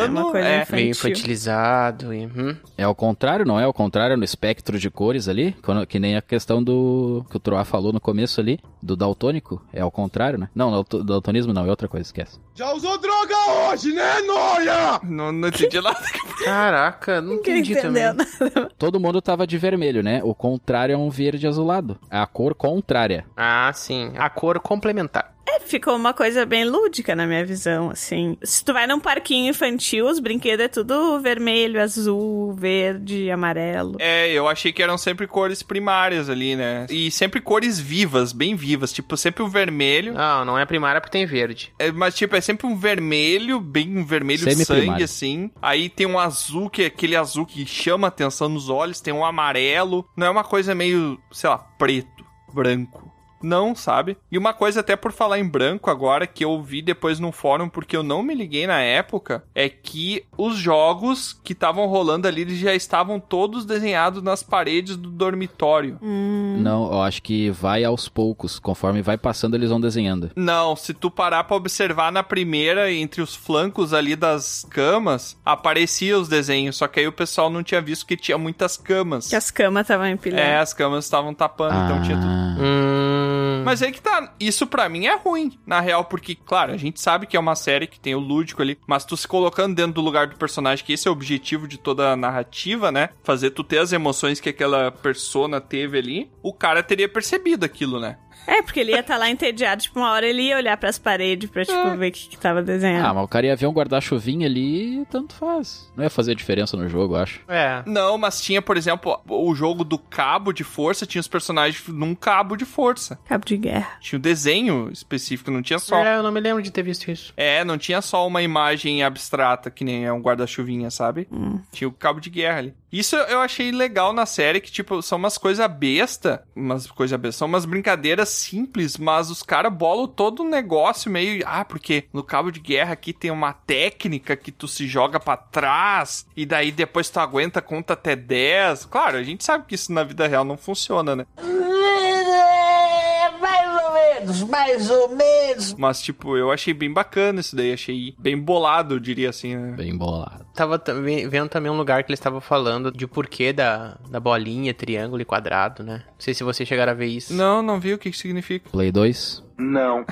ciano.
Uma coisa
é.
infantil.
Meio infantilizado. e, Uhum.
É ao contrário, não é? Ao contrário no espectro de cores ali, quando- que nem a questão do que o Troá falou no começo ali, do daltônico, é ao contrário, né? Não, dalto- daltonismo não, é outra coisa, esquece.
Já usou droga hoje, né, Noia?
Não, não entendi nada.
Caraca, não
Ninguém
entendi também.
entendeu nada.
Todo mundo tava de vermelho, né? O contrário é um verde azulado. É a cor contrária.
Ah, sim. A cor complementar.
É, ficou uma coisa bem lúdica na minha visão, assim. Se tu vai num parquinho infantil, os brinquedos é tudo vermelho, azul, verde, amarelo.
É, eu achei que eram sempre cores primárias ali, né? E sempre cores vivas, bem vivas. Tipo, sempre o vermelho.
Não, não é primária porque tem verde.
É, mas, tipo, é sempre um vermelho, bem um vermelho
Semi-primário.
sangue, assim. Aí tem um azul, que é aquele azul que chama atenção nos olhos. Tem um amarelo. Não é uma coisa meio, sei lá, preto, branco. Não, sabe? E uma coisa até por falar em branco agora, que eu vi depois num fórum, porque eu não me liguei na época, é que os jogos que estavam rolando ali, eles já estavam todos desenhados nas paredes do dormitório.
Não, eu acho que vai aos poucos. Conforme vai passando, eles vão desenhando.
Não, se tu parar pra observar na primeira, entre os flancos ali das camas, aparecia os desenhos, só que aí o pessoal não tinha visto que tinha muitas camas.
Que as camas estavam
É,
empilhadas.
as camas estavam tapando, então tinha tudo.
Ah,
Hum.
Mas aí que tá, isso pra mim é ruim, na real, porque, claro, a gente sabe que é uma série que tem o lúdico ali, mas tu se colocando dentro do lugar do personagem, que esse é o objetivo de toda a narrativa, né? Fazer tu ter as emoções que aquela persona teve ali, o cara teria percebido aquilo, né?
É, porque ele ia estar lá entediado, tipo, uma hora ele ia olhar pras paredes pra, tipo, ver o que, que tava desenhando.
Ah, mas o cara ia ver um guarda-chuvinha ali e tanto faz. Não ia fazer diferença no jogo, eu acho.
É. Não, mas tinha, por exemplo, o jogo do cabo de força, tinha os personagens num cabo de força.
Cabo de guerra.
Tinha um desenho específico, não tinha só.
É, eu não me lembro de ter visto isso.
É, não tinha só uma imagem abstrata, que nem é um guarda-chuvinha, sabe? Tinha o cabo de guerra ali. Isso eu achei legal na série, que, tipo, são umas coisas besta, umas coisas besta, são umas brincadeiras simples, mas os caras bolam todo um negócio meio, ah, porque no cabo de guerra aqui tem uma técnica que tu se joga pra trás, e daí depois tu aguenta, conta até 10. Claro, a gente sabe que isso na vida real não funciona, né?
É, mais ou menos, mais ou menos.
Mas, tipo, eu achei bem bacana isso daí. Achei bem bolado, eu diria assim, né?
Bem bolado.
Tava também- vendo também um lugar que eles estavam falando de porquê da, da bolinha, triângulo e quadrado, né? Não sei se vocês chegaram a ver isso.
Não, não vi o que, que significa.
Play 2.
Não.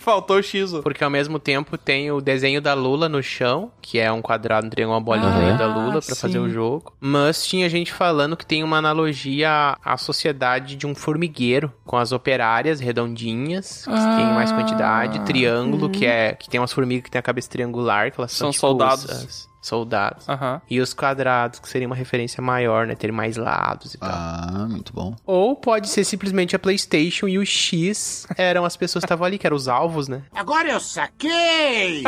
Faltou o X.
Porque ao mesmo tempo tem o desenho da Lula no chão, que é um quadrado, um triângulo, uma bolinha no meio da Lula pra
Ah, sim.
fazer o jogo. Mas tinha gente falando que tem uma analogia à- à sociedade de um formigueiro, com as operárias redondinhas, que
Ah. Uhum.
tem mais quantidade, triângulo, que é que tem umas formigas que tem a cabeça triangular, que elas são,
São
tipo, os-
soldados.
as- soldados.
Aham.
E os quadrados, que seria uma referência maior, né? Ter mais lados e tal.
Ah, muito bom.
Ou pode ser simplesmente a PlayStation e o X eram as pessoas que estavam ali, que eram os alvos, né?
Agora eu saquei!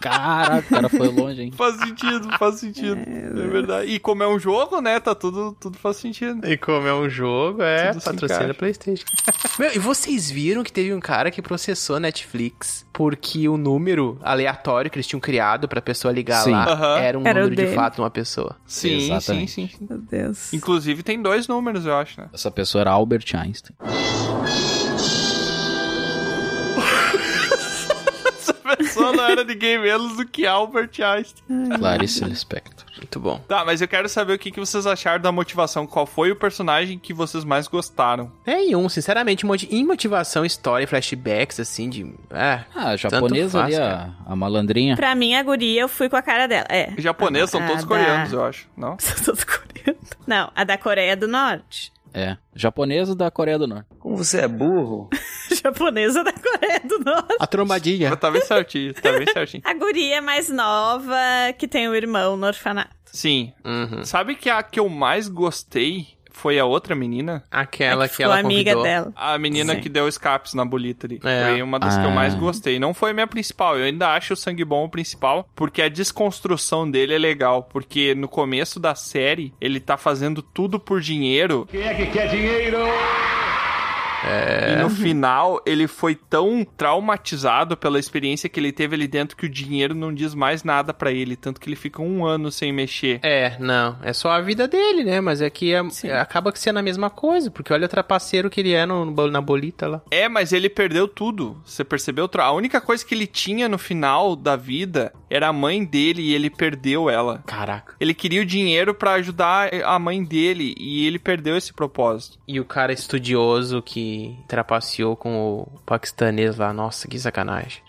Caraca, o cara foi longe, hein?
Faz sentido, faz sentido. É verdade. E como é um jogo, né? Tá tudo, tudo faz sentido.
E como é um jogo, é
Tudo se
patrocina
encaixa.
a PlayStation. Meu, e vocês viram que teve um cara que processou a Netflix porque o número aleatório que eles tinham criado pra pessoa ligar
Sim.
lá
Aham.
era um
Era o
número de
dele.
fato de uma pessoa.
Sim, sim,
Exatamente.
sim, sim.
Meu Deus.
Inclusive tem dois números, eu acho, né?
Essa pessoa era Albert Einstein.
Essa pessoa não era ninguém menos do que Albert Einstein.
Clarice Lispector.
Muito bom.
Tá, mas eu quero saber o que, que vocês acharam da motivação. Qual foi o personagem que vocês mais gostaram?
Nenhum, sinceramente, um monte de motivação, história, flashbacks, assim, de. É.
Ah, a
Tanto
japonesa
faz,
ali,
cara.
a, a malandrinha.
Pra mim, a guria, eu fui com a cara dela. É.
Japonês, são
Ah,
todos
dá.
coreanos, eu acho. Não?
São todos coreanos. Não, a da Coreia do Norte.
É. Japonesa da Coreia do Norte.
Como você é burro.
Japonesa da Coreia do Norte.
A trombadinha.
Mas tá bem certinho, tá bem certinho.
A guria mais nova que tem o irmão no orfanato.
Sim.
Uhum.
Sabe que a que eu mais gostei foi a outra menina?
Aquela
É
que,
ficou
ela
amiga
convidou.
dela.
A menina
Sim.
que deu escapes na bolita ali.
É.
Foi uma das que eu
Ah.
mais gostei. Não foi a minha principal. Eu ainda acho o Sangue Bom o principal, porque a desconstrução dele é legal. Porque no começo da série, ele tá fazendo tudo por dinheiro. Quem é que quer dinheiro? E no final, ele foi tão traumatizado pela experiência que ele teve ali dentro que o dinheiro não diz mais nada pra ele. Tanto que ele fica um ano sem mexer.
É, não. É só a vida dele, né? Mas é que é- acaba que sendo a mesma coisa, porque olha o trapaceiro que ele é no, no- na bolita lá.
É, mas ele perdeu tudo. Você percebeu? Tro? A única coisa que ele tinha no final da vida era a mãe dele e ele perdeu ela.
Caraca.
Ele queria o dinheiro pra ajudar a mãe dele e ele perdeu esse propósito.
E o cara estudioso que trapaceou com o paquistanês lá. Nossa, que sacanagem.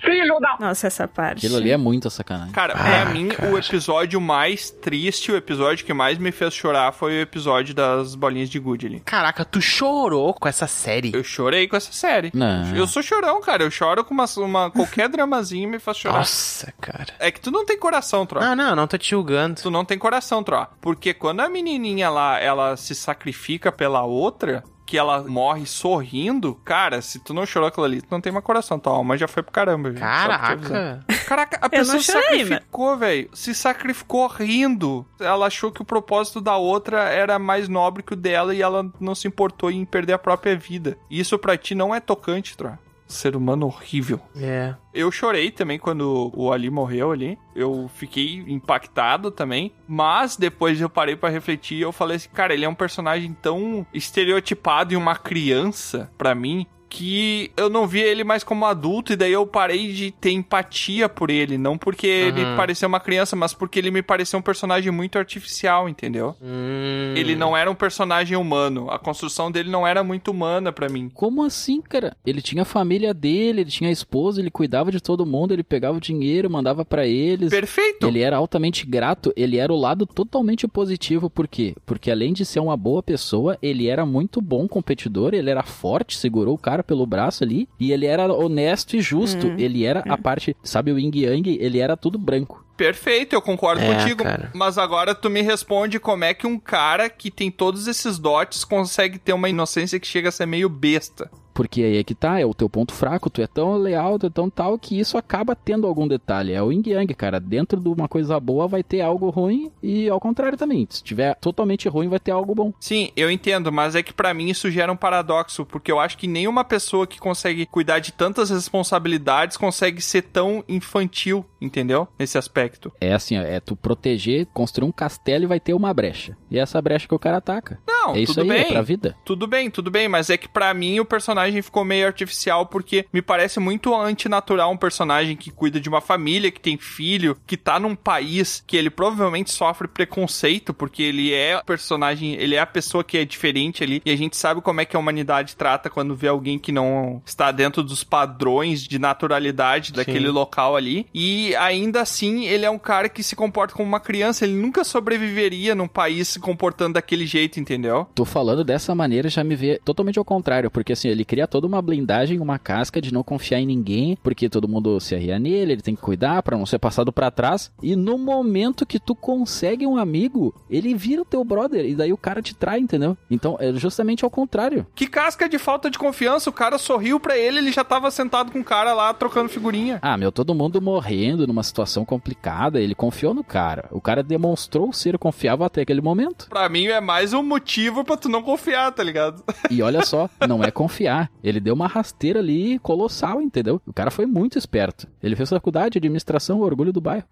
Nossa, essa parte.
Aquilo ali é muita sacanagem.
Cara, pra mim, o episódio mais triste, o episódio que mais me fez chorar foi o episódio das bolinhas de gude ali.
Caraca, tu chorou com essa série?
Eu chorei com essa série.
Não.
Eu sou chorão, cara. Eu choro com uma, uma- qualquer dramazinho me faz chorar.
Nossa, Ah. cara.
É que tu não tem coração, Tro.
Não, não, não tô te julgando.
Tu não tem coração, Tro. Porque quando a menininha lá, ela se sacrifica pela outra, que ela morre sorrindo, cara, se tu não chorou aquilo ali, tu não tem mais coração. Tua alma já foi pro caramba, viu? Só pra te avisar.
Caraca.
Caraca, a pessoa
não
se
chorei, mas-
sacrificou, velho. Se sacrificou rindo. Ela achou que o propósito da outra era mais nobre que o dela e ela não se importou em perder a própria vida. Isso pra ti não é tocante, Tro. Ser humano horrível.
É.
Eu chorei também quando o Ali morreu ali. Eu fiquei impactado também. Mas depois eu parei pra refletir e eu falei assim, cara, ele é um personagem tão estereotipado e uma criança pra mim. Que eu não via ele mais como adulto, e daí eu parei de ter empatia por ele. Não porque ele
Uhum.
parecia uma criança, mas porque ele me parecia um personagem muito artificial, entendeu?
Hum.
Ele não era um personagem humano. A construção dele não era muito humana pra mim.
Como assim, cara? Ele tinha a família dele, ele tinha a esposa, ele cuidava de todo mundo, ele pegava o dinheiro, mandava pra eles.
Perfeito!
Ele era altamente grato, ele era o lado totalmente positivo, por quê? Porque além de ser uma boa pessoa, ele era muito bom competidor, ele era forte, segurou o cara, cara pelo braço ali e ele era honesto e justo.
Hum,
Ele era a parte, sabe, o Ying Yang, ele era tudo branco.
Perfeito, eu concordo
É,
contigo.
cara.
Mas agora tu me responde como é que um cara que tem todos esses dotes consegue ter uma inocência que chega a ser meio besta.
Porque aí é que tá, é o teu ponto fraco, tu é tão leal, tu é tão tal que isso acaba tendo algum detalhe. É o yin yang, cara. Dentro de uma coisa boa vai ter algo ruim e ao contrário também. Se tiver totalmente ruim, vai ter algo bom.
Sim, eu entendo, mas é que pra mim isso gera um paradoxo, porque eu acho que nenhuma pessoa que consegue cuidar de tantas responsabilidades consegue ser tão infantil, entendeu? Nesse aspecto.
É assim, ó, é tu proteger, construir um castelo e vai ter uma brecha. E é essa brecha que o cara ataca.
Não,
é isso
tudo
aí,
bem.
é pra vida.
Tudo bem, tudo bem, mas é que pra mim o personagem ficou meio artificial porque me parece muito antinatural um personagem que cuida de uma família, que tem filho, que tá num país que ele provavelmente sofre preconceito porque ele é o personagem, ele é a pessoa que é diferente ali e a gente sabe como é que a humanidade trata quando vê alguém que não está dentro dos padrões de naturalidade daquele local ali. E ainda assim, ele é um cara que se comporta como uma criança, ele nunca sobreviveria num país se comportando daquele jeito, entendeu?
Tô falando dessa maneira já me vê totalmente ao contrário, porque assim, ele cria toda uma blindagem, uma casca de não confiar em ninguém, porque todo mundo se arria nele, ele tem que cuidar pra não ser passado pra trás. E no momento que tu consegue um amigo, ele vira o teu brother, e daí o cara te trai, entendeu? Então é justamente ao contrário.
Que casca de falta de confiança, o cara sorriu pra ele, ele já tava sentado com o cara lá trocando figurinha.
Ah, meu, todo mundo morrendo numa situação complicada, ele confiou no cara. O cara demonstrou ser confiável até aquele momento.
Pra mim é mais um motivo pra tu não confiar, tá ligado?
E olha só, não é confiar. Ele deu uma rasteira ali colossal, entendeu? O cara foi muito esperto. Ele fez faculdade, administração, orgulho do bairro.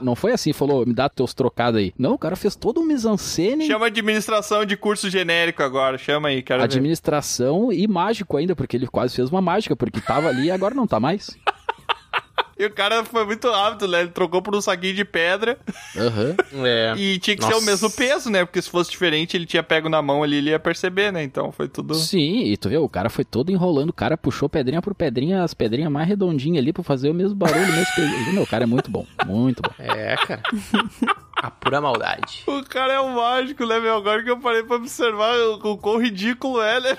não foi assim, falou, me dá teus trocados aí. Não, o cara fez todo um mise-en-scène.
Chama administração de curso genérico agora, chama aí, cara. né?
Administração e mágico ainda, porque ele quase fez uma mágica, porque tava ali e agora não tá mais.
E o cara foi muito rápido, né? Ele trocou por um saquinho de pedra
Aham.
É.
e tinha que ser
Nossa.
o mesmo peso, né? Porque se fosse diferente, ele tinha pego na mão ali, ele ia perceber, né? Então foi tudo.
Sim, e tu vê, o cara foi todo enrolando, o cara puxou pedrinha por pedrinha, as pedrinhas mais redondinhas ali pra fazer o mesmo barulho, o mesmo peso. Meu, o cara é muito bom, muito bom.
É, cara. A pura maldade.
O cara é um mágico, né, meu? Agora que eu parei pra observar o, o quão ridículo é, né?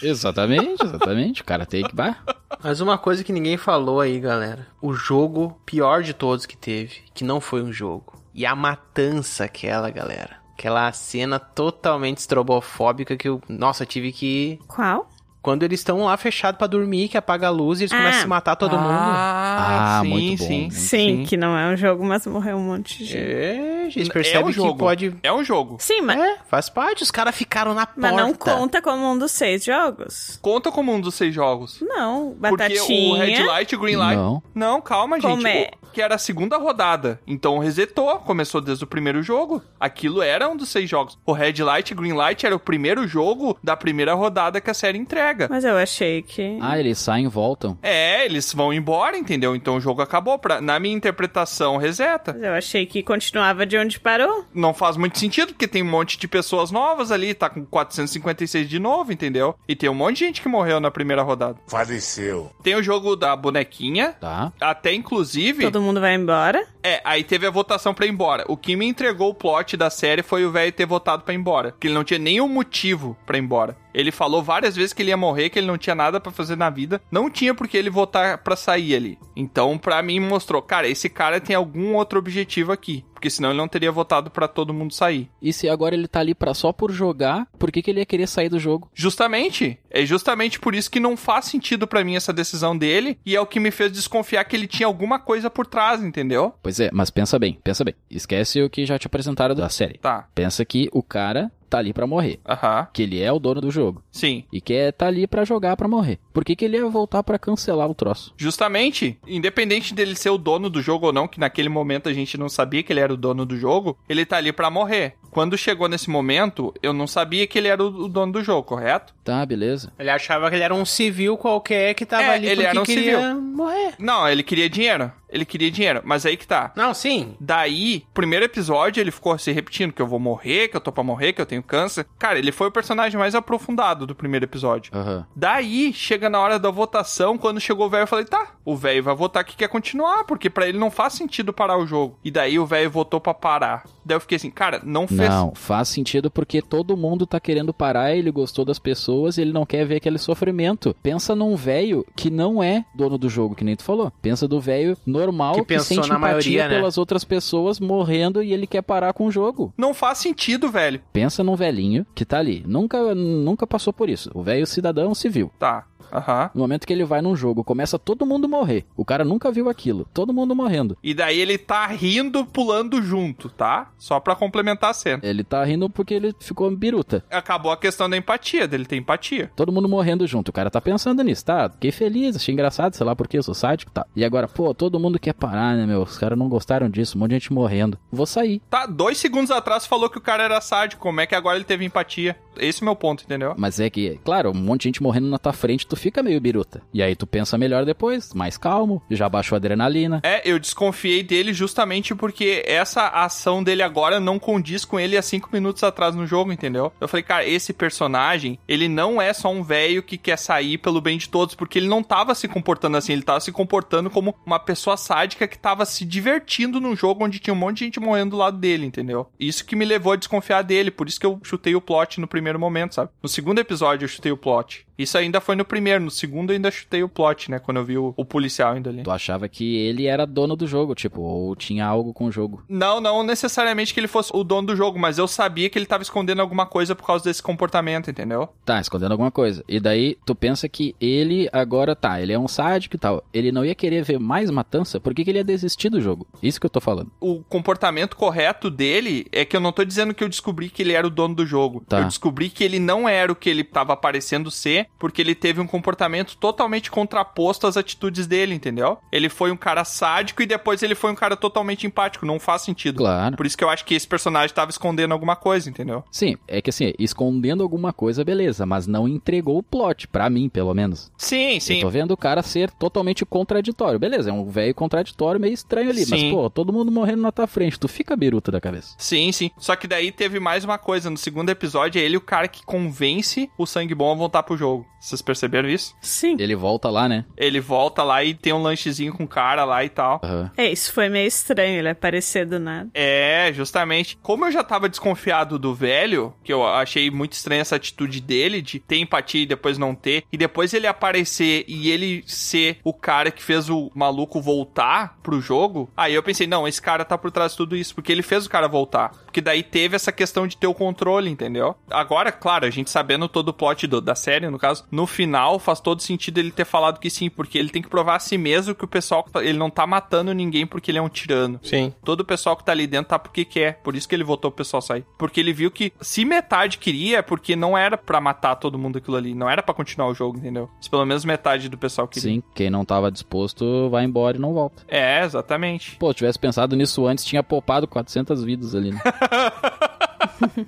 Exatamente, exatamente. O cara tem que. Bah.
Mas uma coisa que ninguém falou aí, galera. O jogo pior de todos que teve, que não foi um jogo. E a matança aquela, galera. Aquela cena totalmente estrobofóbica que eu. Nossa, eu tive que.
Qual?
Quando eles estão lá fechados pra dormir, que apaga a luz e eles
Ah.
começam a matar todo mundo.
Ah, sim, muito bom, sim. É. muito
Sim, que não é um jogo, mas morreu um monte de
É, gente.
gente,
Eles percebem que pode.
É um jogo.
Sim, mas.
É,
Faz parte, os caras ficaram na porta.
Mas não conta como um dos seis jogos.
Conta como um dos seis jogos.
Não,
Porque
batatinha.
o Red Light e o Green Light.
Não.
calma, gente.
Como é?
O- Que era a segunda rodada. Então resetou. Começou desde o primeiro jogo. Aquilo era um dos seis jogos. O Red Light e Green Light era o primeiro jogo da primeira rodada que a série entrega.
Mas eu achei que.
Ah, eles saem e voltam.
É, eles vão embora, entendeu? Então o jogo acabou. Pra, na minha interpretação, reseta.
Mas eu achei que continuava de onde parou.
Não faz muito sentido, porque tem um monte de pessoas novas ali. Tá com 456 de novo, entendeu? E tem um monte de gente que morreu na primeira rodada.
Faleceu.
Tem o jogo da bonequinha.
Tá.
Até inclusive.
Todo mundo vai embora.
É, aí teve a votação pra ir embora. O que me entregou o plot da série foi o velho ter votado pra ir embora. Que ele não tinha nenhum motivo pra ir embora. Ele falou várias vezes que ele ia morrer, que ele não tinha nada pra fazer na vida. Não tinha porque ele votar pra sair ali. Então, pra mim, mostrou, cara, esse cara tem algum outro objetivo aqui. Porque senão ele não teria votado pra todo mundo sair.
E se agora ele tá ali pra, só por jogar, por que, que ele ia querer sair do jogo?
Justamente, é justamente por isso que não faz sentido pra mim essa decisão dele e é o que me fez desconfiar que ele tinha alguma coisa por trás, entendeu?
Pois é, mas pensa bem, pensa bem. Esquece o que já te apresentaram da série.
Tá.
Pensa que o cara tá ali pra morrer.
Aham.
Que ele é o dono do jogo.
Sim.
E quer tá ali pra jogar pra morrer. Por que, que ele ia voltar pra cancelar o troço?
Justamente, independente dele ser o dono do jogo ou não, que naquele momento a gente não sabia que ele era o dono do jogo, ele tá ali pra morrer. Quando chegou nesse momento, eu não sabia que ele era o o dono do jogo, correto?
Tá, beleza.
Ele achava que ele era um civil qualquer que tava
É,
ali
ele
porque
era um
queria
civil.
morrer.
Não, ele queria dinheiro. Ele queria dinheiro, mas aí que tá.
Não, sim.
Daí, primeiro episódio, ele ficou se repetindo que eu vou morrer, que eu tô pra morrer, que eu tenho câncer. Cara, ele foi o personagem mais aprofundado do primeiro episódio. Daí, chega na hora da votação, quando chegou o velho, eu falei, tá, o velho vai votar que quer continuar, porque pra ele não faz sentido parar o jogo. E daí o velho votou pra parar. Daí eu fiquei assim, cara, não fez
Não, faz sentido porque todo mundo tá querendo parar, ele gostou das pessoas e ele não quer ver aquele sofrimento. Pensa num velho que não é dono do jogo, que nem tu falou. Pensa do velho normal
Que
que,
pensou
sente
na
empatia
maioria, né?
pelas outras pessoas morrendo e ele quer parar com o jogo.
Não faz sentido, velho.
Pensa num velhinho que tá ali. Nunca, nunca passou por isso. O velho cidadão civil.
Tá. Aham.
No momento que ele vai num jogo, começa todo mundo morrer. O cara nunca viu aquilo. Todo mundo morrendo.
E daí ele tá rindo, pulando junto, tá? Só pra complementar a cena.
Ele tá rindo porque ele ficou biruta.
Acabou a questão da empatia, dele ter empatia.
Todo mundo morrendo junto. O cara tá pensando nisso, tá? Fiquei feliz, achei engraçado, sei lá por que, sou sádico, tá? E agora, pô, todo mundo quer parar, né, meu? Os caras não gostaram disso, um monte de gente morrendo. Vou sair.
Tá, dois segundos atrás falou que o cara era sádico, como é que agora ele teve empatia? Esse é o meu ponto, entendeu?
Mas é que, claro, um monte de gente morrendo na tua frente, tu fica meio biruta. E aí tu pensa melhor depois, mais calmo, já baixou a adrenalina.
É, eu desconfiei dele justamente porque essa ação dele agora não condiz com ele há cinco minutos atrás no jogo, entendeu? Eu falei, cara, esse personagem, ele não é só um velho que quer sair pelo bem de todos, porque ele não tava se comportando assim, ele tava se comportando como uma pessoa sádica que tava se divertindo num jogo onde tinha um monte de gente morrendo do lado dele, entendeu? Isso que me levou a desconfiar dele, por isso que eu chutei o plot no primeiro momento, sabe? No segundo episódio eu chutei o plot. Isso ainda foi no primeiro, no segundo eu ainda chutei o plot, né? Quando eu vi o, o policial indo ali.
Tu achava que ele era dono do jogo, tipo, ou tinha algo com o jogo.
Não, não necessariamente que ele fosse o dono do jogo, mas eu sabia que ele tava escondendo alguma coisa por causa desse comportamento, entendeu?
Tá, escondendo alguma coisa. E daí tu pensa que ele agora tá, ele é um sádico e tal. Ele não ia querer ver mais matança, por que, que ele ia desistir do jogo? Isso que eu tô falando.
O comportamento correto dele é que eu não tô dizendo que eu descobri que ele era o dono do jogo.
Tá.
Eu descobri que ele não era o que ele tava parecendo ser, porque ele teve um comportamento totalmente contraposto às atitudes dele, entendeu? Ele foi um cara sádico e depois ele foi um cara totalmente empático. Não faz sentido.
Claro.
Por isso que eu acho que esse personagem tava escondendo alguma coisa, entendeu?
Sim, é que assim, escondendo alguma coisa, beleza, mas não entregou o plot, pra mim, pelo menos.
Sim, sim.
Eu tô vendo o cara ser totalmente contraditório. Beleza, é um velho contraditório meio estranho ali, mas
Sim.
pô, todo mundo morrendo na tua frente, tu fica biruta da cabeça.
Sim, sim. Só que daí teve mais uma coisa. No segundo episódio, é ele o cara que convence o sangue bom a voltar pro jogo. Vocês perceberam isso?
Sim.
Ele volta lá, né?
Ele volta lá e tem um lanchezinho com o cara lá e tal.
É, isso foi meio estranho ele aparecer do nada.
É, justamente. Como eu já tava desconfiado do velho, que eu achei muito estranha essa atitude dele de ter empatia e depois não ter, e depois ele aparecer e ele ser o cara que fez o maluco voltar pro jogo, aí eu pensei, não, esse cara tá por trás de tudo isso, porque ele fez o cara voltar. Porque daí teve essa questão de ter o controle, entendeu? Agora, claro, a gente sabendo todo o plot do- da série, no caso, no final faz todo sentido ele ter falado que sim, porque ele tem que provar a si mesmo que o pessoal, ele não tá matando ninguém porque ele é um tirano.
Sim.
Todo o pessoal que tá ali dentro tá porque quer. Por isso que ele votou o pessoal sair. Porque ele viu que se metade queria, é porque não era pra matar todo mundo aquilo ali. Não era pra continuar o jogo, entendeu? Se pelo menos metade do pessoal queria.
Sim, quem não tava disposto vai embora e não volta.
É, exatamente.
Pô, tivesse pensado nisso antes, tinha poupado 400 vidas ali, né?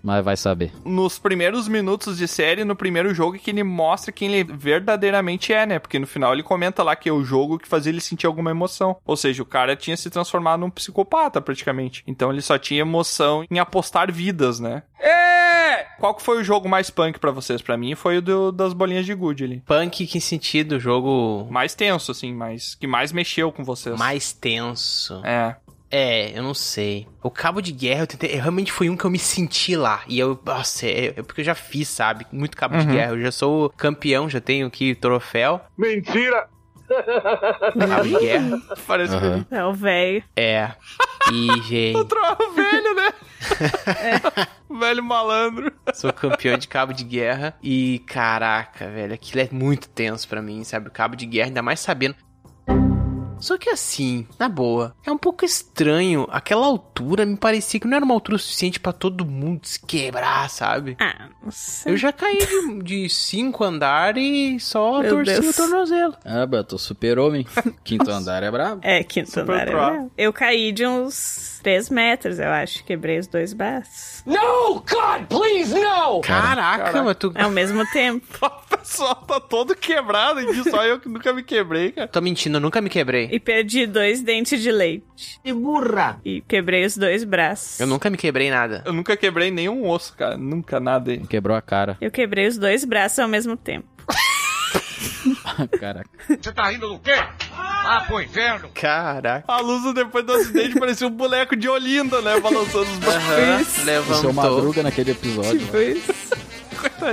mas vai saber.
Nos primeiros minutos de série, no primeiro jogo, é que ele mostra quem ele verdadeiramente é, né? Porque no final ele comenta lá que é o jogo que fazia ele sentir alguma emoção. Ou seja, o cara tinha se transformado num psicopata, praticamente. Então ele só tinha emoção em apostar vidas, né? É! Qual que foi o jogo mais punk pra vocês? Pra mim foi o do- das bolinhas de gude ali.
Punk que sentido, jogo
mais tenso, assim, mais que mais mexeu com vocês.
mais tenso.
É.
É, eu não sei. O Cabo de Guerra, eu tentei, eu realmente foi um que eu me senti lá. E eu, nossa, é, é porque eu já fiz, sabe? Muito Cabo de
Uhum.
Guerra. Eu já sou campeão, já tenho aqui troféu.
Mentira!
Cabo de Guerra.
Parece
que eu
É o velho.
É. E, gente,
Troll velho, né? Velho malandro.
sou campeão de Cabo de Guerra. E, caraca, velho, aquilo é muito tenso pra mim, sabe? O Cabo de Guerra, ainda mais sabendo. Só que assim, na boa, é um pouco estranho. Aquela altura me parecia que não era uma altura suficiente pra todo mundo se quebrar, sabe?
Ah, não sei.
Eu já caí de, de cinco andares e só
Meu
torci
Deus.
o tornozelo.
Ah, Beto, super-homem. Quinto andar é brabo.
É, quinto andar. é
pro.
meu. Eu caí de uns 3 metros, eu acho. Quebrei os dois braços.
No, God, please, no!
Caraca, mas tu.
Ao É mesmo tempo.
pessoal tá todo quebrado aqui, só eu que nunca me quebrei, cara.
Tô mentindo, eu nunca me quebrei.
E perdi dois dentes de leite.
E burra!
E quebrei os dois braços.
Eu nunca me quebrei nada.
Eu nunca quebrei nenhum osso, cara. Nunca nada. Hein?
Quebrou a cara.
Eu quebrei os dois braços ao mesmo tempo.
Caraca.
Você tá rindo do quê? Ah, pro inferno!
Caraca.
A Lusa, depois do acidente, parecia um boneco de Olinda, né? Balançando os braços.
O seu
Levantou.
Madruga naquele episódio. né? lá.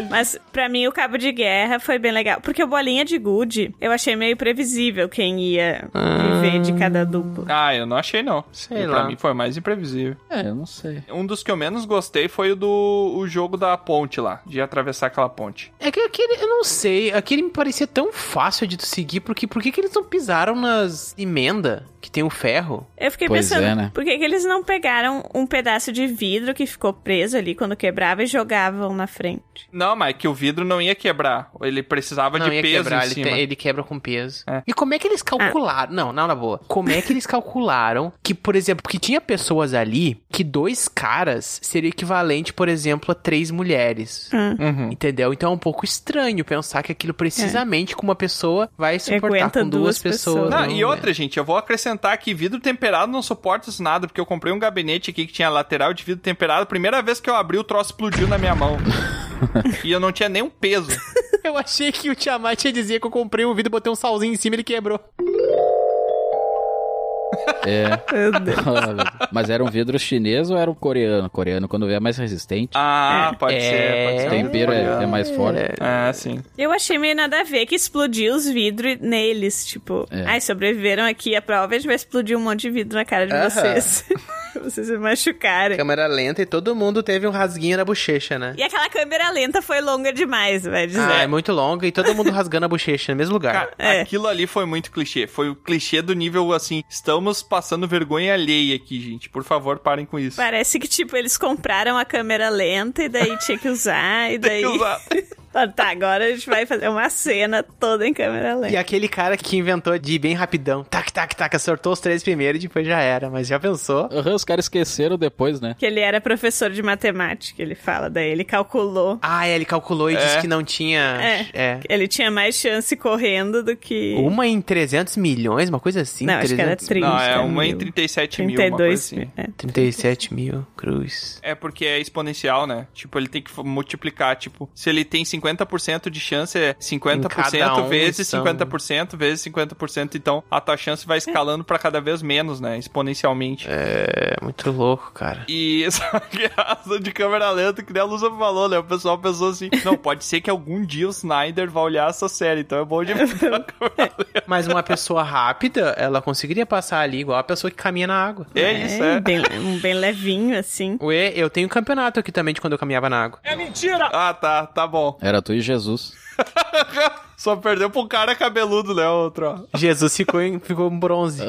Mas pra mim o cabo de guerra foi bem legal. Porque o bolinha de gude eu achei meio previsível quem ia
Ah.
viver de cada dupla.
Ah, eu não achei, não.
Sei
E
lá.
Pra mim foi mais imprevisível.
É, eu não sei.
Um dos que eu menos gostei foi o do o jogo da ponte lá, de atravessar aquela ponte.
É que aquele, eu não sei, aquele me parecia tão fácil de tu seguir, porque por que que eles não pisaram nas emenda que tem o ferro?
Eu fiquei
Pois
pensando,
é, né?
por que, que eles não pegaram um pedaço de vidro que ficou preso ali quando quebrava e jogavam na frente?
Não, mas é que o vidro não ia quebrar. Ele precisava
Não,
de
ia
peso
quebrar,
em
ele,
cima.
te- ele quebra com peso.
É.
E como é que eles calcularam? Não, não, na boa. Como é que eles calcularam que, por exemplo, que tinha pessoas ali que dois caras seria equivalente, por exemplo, a três mulheres.
Uhum.
Entendeu? Então é um pouco estranho pensar que aquilo precisamente com uma pessoa vai suportar
É. aguenta
com duas,
duas
pessoas.
pessoas.
Não, e
é.
outra, gente, eu vou acrescentar que vidro temperado não suporta isso nada, porque eu comprei um gabinete aqui que tinha lateral de vidro temperado. Primeira vez que eu abri, o troço explodiu na minha mão. e eu não tinha nenhum peso.
Eu achei que o Tiamat ia dizer que eu comprei um vidro, botei um salzinho em cima e ele quebrou.
É. Mas era um vidro chinês ou era um coreano? Coreano, quando vê, é mais resistente.
Ah, pode
É.
ser, pode
o
ser.
tempero é, é mais forte.
Ah, sim.
Eu achei meio nada a ver que explodiu os vidros neles, tipo,
É.
ai, sobreviveram aqui a prova, a gente vai explodir um monte de vidro na cara de
Aham.
vocês. vocês se machucarem.
Câmera lenta e todo mundo teve um rasguinho na bochecha, né?
E aquela câmera lenta foi longa demais, vai dizer.
Ah, é muito longa e todo mundo rasgando a bochecha no mesmo lugar.
Cara,
É.
aquilo ali foi muito clichê. Foi o clichê do nível assim: estamos passando vergonha alheia aqui, gente. Por favor, parem com isso.
Parece que, tipo, eles compraram a câmera lenta e daí tinha que usar, e daí.
Tem que usar.
Ah, tá, agora a gente vai fazer uma cena toda em câmera lenta.
E aquele cara que inventou de ir bem rapidão, tac, tac, tac, acertou os três primeiros e depois já era, mas já pensou?
Aham, os caras esqueceram depois, né?
Que ele era professor de matemática, ele fala, daí ele calculou.
Ah, é, ele calculou e disse que não tinha.
É. Um
É.
Ele tinha mais chance correndo do que.
Uma em 300 milhões, uma coisa assim?
Não, acho que era
300
30.
Não, é uma em
mil.
37 mil, uma coisa
32
assim.
é.
37 mil, cruz.
É porque é exponencial, né? Tipo, ele tem que multiplicar. Tipo, se ele tem 50% de chance, é
Em cada
50%
um
vezes
são-
50% vezes 50%. Então, a tua chance vai escalando pra cada vez menos, né? Exponencialmente.
É muito louco, cara.
E só que a ação de câmera lenta, que nem a Lusa falou, né? O pessoal pensou assim: não, pode ser que algum dia o Snyder vá olhar essa série, então é bom de a câmera lenta.
Mas uma pessoa rápida, ela conseguiria passar ali igual a pessoa que caminha na água.
É
É,
isso, é.
Bem, um bem levinho, assim.
Ué, eu tenho campeonato aqui também de quando eu caminhava na água.
Ah, tá, tá bom.
Era tu e Jesus.
Só perdeu pra um cara cabeludo, né? Outro, ó.
Jesus ficou, em, ficou em bronze.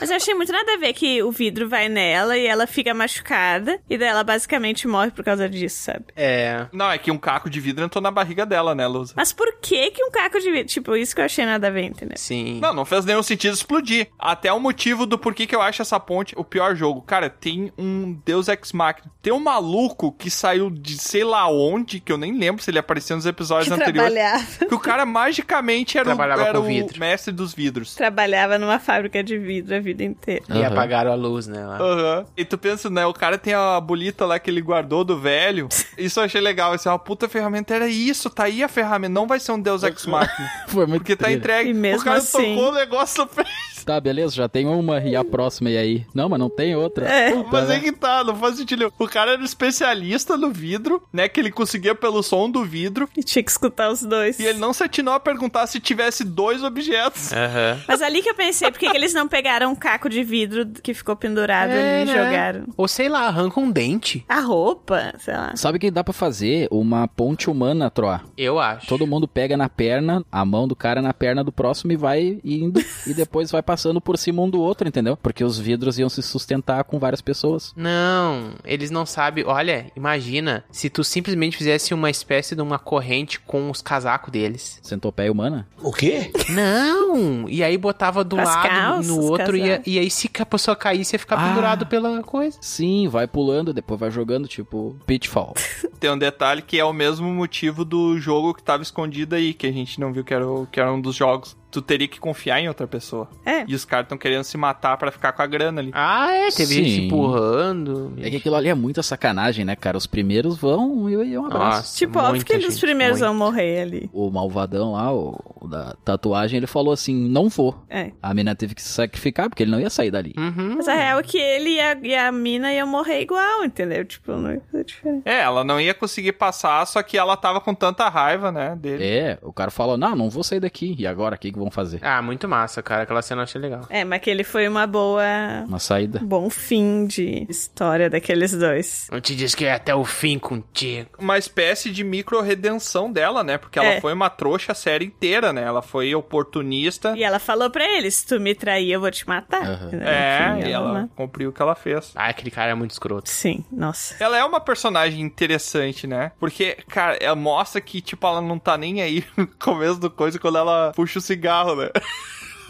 Mas eu achei muito nada a ver que o vidro vai nela e ela fica machucada. E daí ela basicamente morre por causa disso, sabe?
É.
Não, é que um caco de vidro entrou na barriga dela, né, Lusa?
Mas por que que um caco de vidro... Tipo, isso que eu achei nada a ver, entendeu?
Sim.
Não, não fez nenhum sentido explodir. Até o motivo do porquê que eu acho essa ponte o pior jogo. Cara, tem um Deus Ex Machina. Tem um maluco que saiu de sei lá onde, que eu nem lembro se ele apareceu nos episódios
Que
anteriores.
trabalhava,
Que o cara magicamente era, o,
Trabalhava
era
com
o
vidro.
mestre dos vidros.
trabalhava numa fábrica de vidro a vida inteira.
E
Aham.
apagaram a luz, né? lá.
Aham. E tu pensa, né? O cara tem a bolita lá que ele guardou do velho. Isso eu achei legal. Isso é uma puta ferramenta. Era isso, tá aí a ferramenta. Não vai ser um Deus
Uhum.
Ex Machina.
Foi muito
Porque tá
trilha.
entregue.
E mesmo
o cara
assim-
tocou o negócio no
Tá, beleza, já tem uma e a próxima e aí? Não, mas não tem outra.
É.
Puta,
Mas
né?
é que tá, não faz sentido. O cara era um especialista no vidro, né? Que ele conseguia pelo som do vidro.
E tinha que escutar os dois.
E ele não se atinou a perguntar se tivesse dois objetos.
É.
Aham.
Mas ali que eu pensei, por que que eles não pegaram um caco de vidro que ficou pendurado
É,
ali e
né?
jogaram?
Ou sei lá, arranca um dente.
A roupa, sei lá.
Sabe que dá pra fazer uma ponte humana, Troa?
Eu acho.
Todo mundo pega na perna, a mão do cara na perna do próximo e vai indo e depois vai passando por cima um do outro, entendeu? Porque os vidros iam se sustentar com várias pessoas.
Hum. Não, eles não sabem. Olha, imagina se tu simplesmente fizesse uma espécie de uma corrente com os casacos deles.
Centopeia humana?
O quê? Não! Um, E aí botava do
As
lado
calças,
no outro e,
casaco.
e aí se a pessoa caísse ia ficar pendurado pela coisa.
Sim, vai pulando, depois vai jogando, tipo, pitfall.
Tem um detalhe que é o mesmo motivo do jogo que tava escondido aí, que a gente não viu que era, o- que era um dos jogos. Tu teria que confiar em outra pessoa.
É.
E os caras estão querendo se matar pra ficar com a grana ali.
Ah, é, teve gente se empurrando.
É que aquilo ali é muita sacanagem, né, cara? Os primeiros vão e e é um abraço.
tipo, óbvio que eles primeiros vão morrer ali.
O malvadão lá, o, o da tatuagem, ele falou assim: não vou.
É.
A mina teve que se sacrificar porque ele não ia sair dali.
Uhum.
Hum.
Mas a real é que ele e a, e a mina iam morrer igual, entendeu? Tipo, não ia fazer diferença.
É, ela não ia conseguir passar, só que ela tava com tanta raiva, né, dele.
É, o cara falou: não, não vou sair daqui. E agora, o que, que vão fazer?
Ah, muito massa, cara. Aquela cena eu achei legal.
É, mas que ele foi uma boa.
Uma saída.
Bom fim de história daqueles dois.
Eu te disse que é até o fim contigo.
Uma espécie de micro-redenção dela, né? Porque ela
É.
foi uma trouxa a série inteira, né? Ela foi oportunista.
E ela falou pra ele: se tu me trair, eu vou te matar. Entendeu?
É,
Enfim,
e ela
né?
cumpriu o que ela fez.
Ah, aquele cara é muito escroto.
Sim, nossa.
Ela é uma personagem interessante, né? Porque, cara, ela mostra que, tipo, ela não tá nem aí no começo do coisa quando ela puxa o cigarro, né?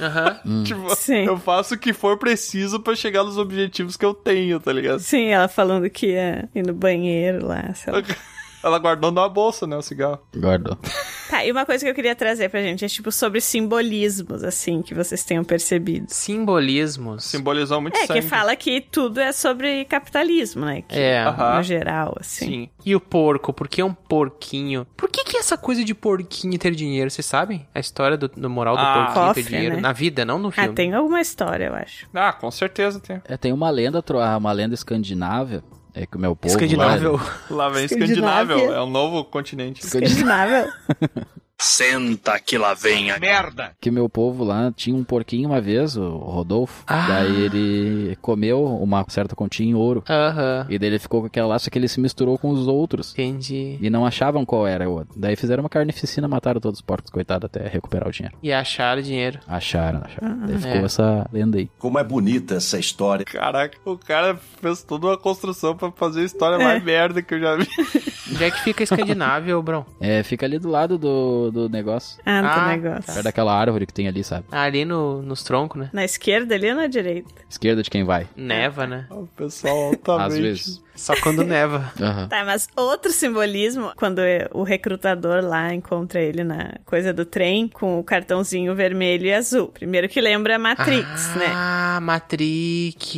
Aham.
Hum.
tipo, eu faço o que for preciso pra chegar nos objetivos que eu tenho, tá ligado?
Sim, ela falando que ia ir no banheiro lá, sei lá.
Ela guardou na bolsa, né, o cigarro.
Guardou.
Tá, e uma coisa que eu queria trazer pra gente é tipo sobre simbolismos, assim, que vocês tenham percebido.
Simbolismos.
Simbolizou muito
É,
sangue.
que fala que tudo é sobre capitalismo, né? Que,
É.
No
Aham.
geral, assim.
E o porco, por que é um porquinho? Por que que é essa coisa de porquinho ter dinheiro, vocês sabem? A história do, do moral do
Ah,
porquinho
cofre,
ter dinheiro
né?
na vida, não no filme.
Ah, tem alguma história, eu acho.
Ah, com certeza tem.
É, tem uma lenda, tro- uma lenda escandinávia. É que o meu povo.
Escandinável.
lá- né?
Lá vem
Escandinávia.
Escandinável, é um novo continente.
Escandinável.
Senta que lá vem a merda.
que meu povo lá tinha um porquinho uma vez, o Rodolfo.
Ah.
Daí ele comeu uma certa continha em ouro.
Aham.
E daí ele ficou com aquela lá, só que ele se misturou com os outros.
Entendi.
E não achavam qual era o outro. Daí fizeram uma carnificina, mataram todos os porcos, coitado, até recuperar o dinheiro.
E acharam dinheiro.
Acharam, acharam.
Ah.
daí ficou
É.
essa lenda aí.
Como é bonita essa história.
Caraca, o cara fez toda uma construção pra fazer a história
É.
mais merda que eu já vi.
Onde é que fica a Escandinável, Brão?
É, fica ali do lado do, do negócio.
Ah, do
Ah,
negócio.
Perto daquela árvore que tem ali, sabe?
Ali no, nos troncos, né?
Na esquerda ali ou na direita?
Esquerda de quem vai.
Neva, né?
O pessoal
Às vezes.
Só quando neva.
Aham.
Tá, mas outro simbolismo, quando é o recrutador lá encontra ele na coisa do trem, com o cartãozinho vermelho e azul. Primeiro que lembra Matrix, né?
Ah, Matrix.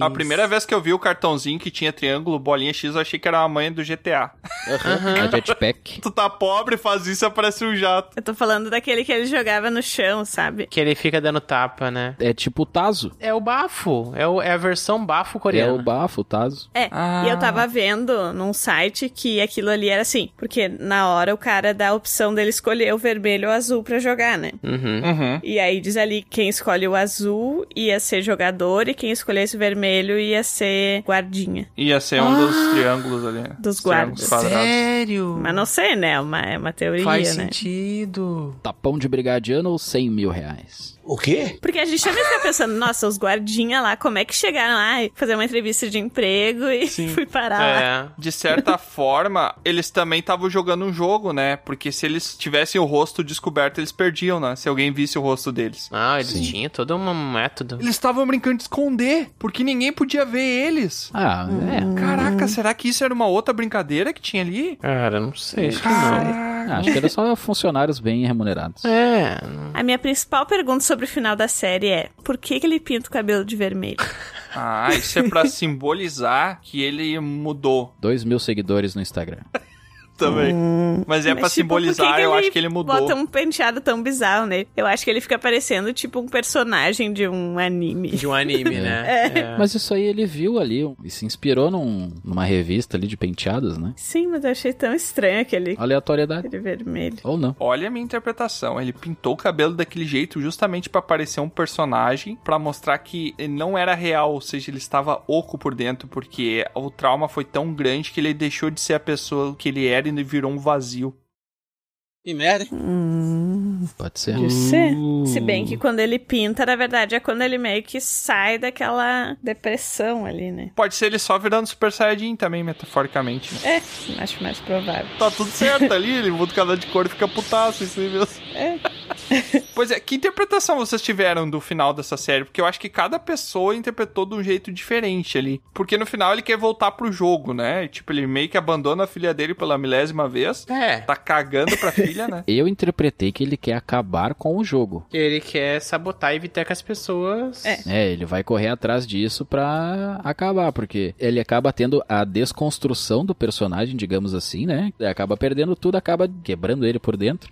A primeira vez que eu vi o cartãozinho que tinha triângulo, bolinha X, eu achei que era a mãe do GTA.
A jetpack.
tu tá pobre, faz isso e aparece um jato.
Eu tô falando daquele que ele jogava no chão, sabe?
Que ele fica dando tapa, né?
É tipo o Tazo.
É o bafo. É, o- é a versão bafo coreana.
É o bafo, o Tazo.
É,
Ah.
e eu tava vendo num site que aquilo ali era assim, porque na hora o cara dá a opção dele escolher o vermelho ou azul pra jogar, né?
Uhum.
E aí diz ali quem escolhe o azul ia ser jogador e quem escolhesse o vermelho ia ser guardinha
Ia ser um dos triângulos ali. né?
dos
Os
guardas.
triângulos quadrados.
Sério?
Mas não sei, né? É uma, é uma teoria,
Faz
né?
Hum. sentido.
Tapão de brigadiano ou 100 mil reais?
O quê?
Porque a gente também fica pensando, nossa, os guardinha lá, como é que chegaram lá e fazer uma entrevista de emprego e fui parar lá.
É.
De certa forma, eles também estavam jogando um jogo, né? Porque se eles tivessem o rosto descoberto, eles perdiam, né? Se alguém visse o rosto deles.
Ah, eles tinham todo um método.
Eles estavam brincando de esconder, porque ninguém podia ver eles.
Ah,
Uhum.
é.
Caraca, será que isso era uma outra brincadeira que tinha ali?
Cara, não sei. acho que
Ah, acho que era só funcionários bem remunerados.
não. É.
A minha principal pergunta sobre o final da série é: por que, que ele pinta o cabelo de vermelho?
Ah, isso é pra simbolizar que ele mudou
2 mil seguidores no Instagram.
também. Mas
Mas,
é pra
tipo, por
simbolizar, eu acho que ele mudou.
Bota um penteado tão bizarro nele. Eu acho que ele fica parecendo tipo um personagem de um anime.
De um anime, né? É.
Mas isso aí ele viu ali um, e se inspirou num- numa revista ali de penteados, né?
Sim, mas eu achei tão estranho aquele,
Aleatoriedade.
aquele vermelho.
Ou não.
Olha a minha interpretação. Ele pintou o cabelo daquele jeito justamente pra parecer um personagem, pra mostrar que ele não era real, ou seja, ele estava oco por dentro, porque o trauma foi tão grande que ele deixou de ser a pessoa que ele era e virou um vazio.
Que merda, hein?
Pode ser.
Pode ser.
Uh.
Se bem que quando ele pinta, na verdade, é quando ele meio que sai daquela depressão ali, né?
Pode ser ele só virando Super Saiyajin também, metaforicamente. né?
É, acho mais provável.
Tá tudo certo ali, ele muda o canal de cor e fica putaço, isso aí mesmo.
É.
Pois é, que interpretação vocês tiveram do final dessa série? Porque eu acho que cada pessoa interpretou de um jeito diferente ali. Porque no final ele quer voltar pro jogo, né? Tipo, ele meio que abandona a filha dele pela milésima vez.
É.
Tá cagando pra filha, né?
Eu interpretei que ele quer acabar com o jogo.
Ele quer sabotar e evitar que as pessoas.
É.
É, ele vai correr atrás disso pra acabar, porque ele acaba tendo a desconstrução do personagem, digamos assim, né? Ele acaba perdendo tudo, acaba quebrando ele por dentro.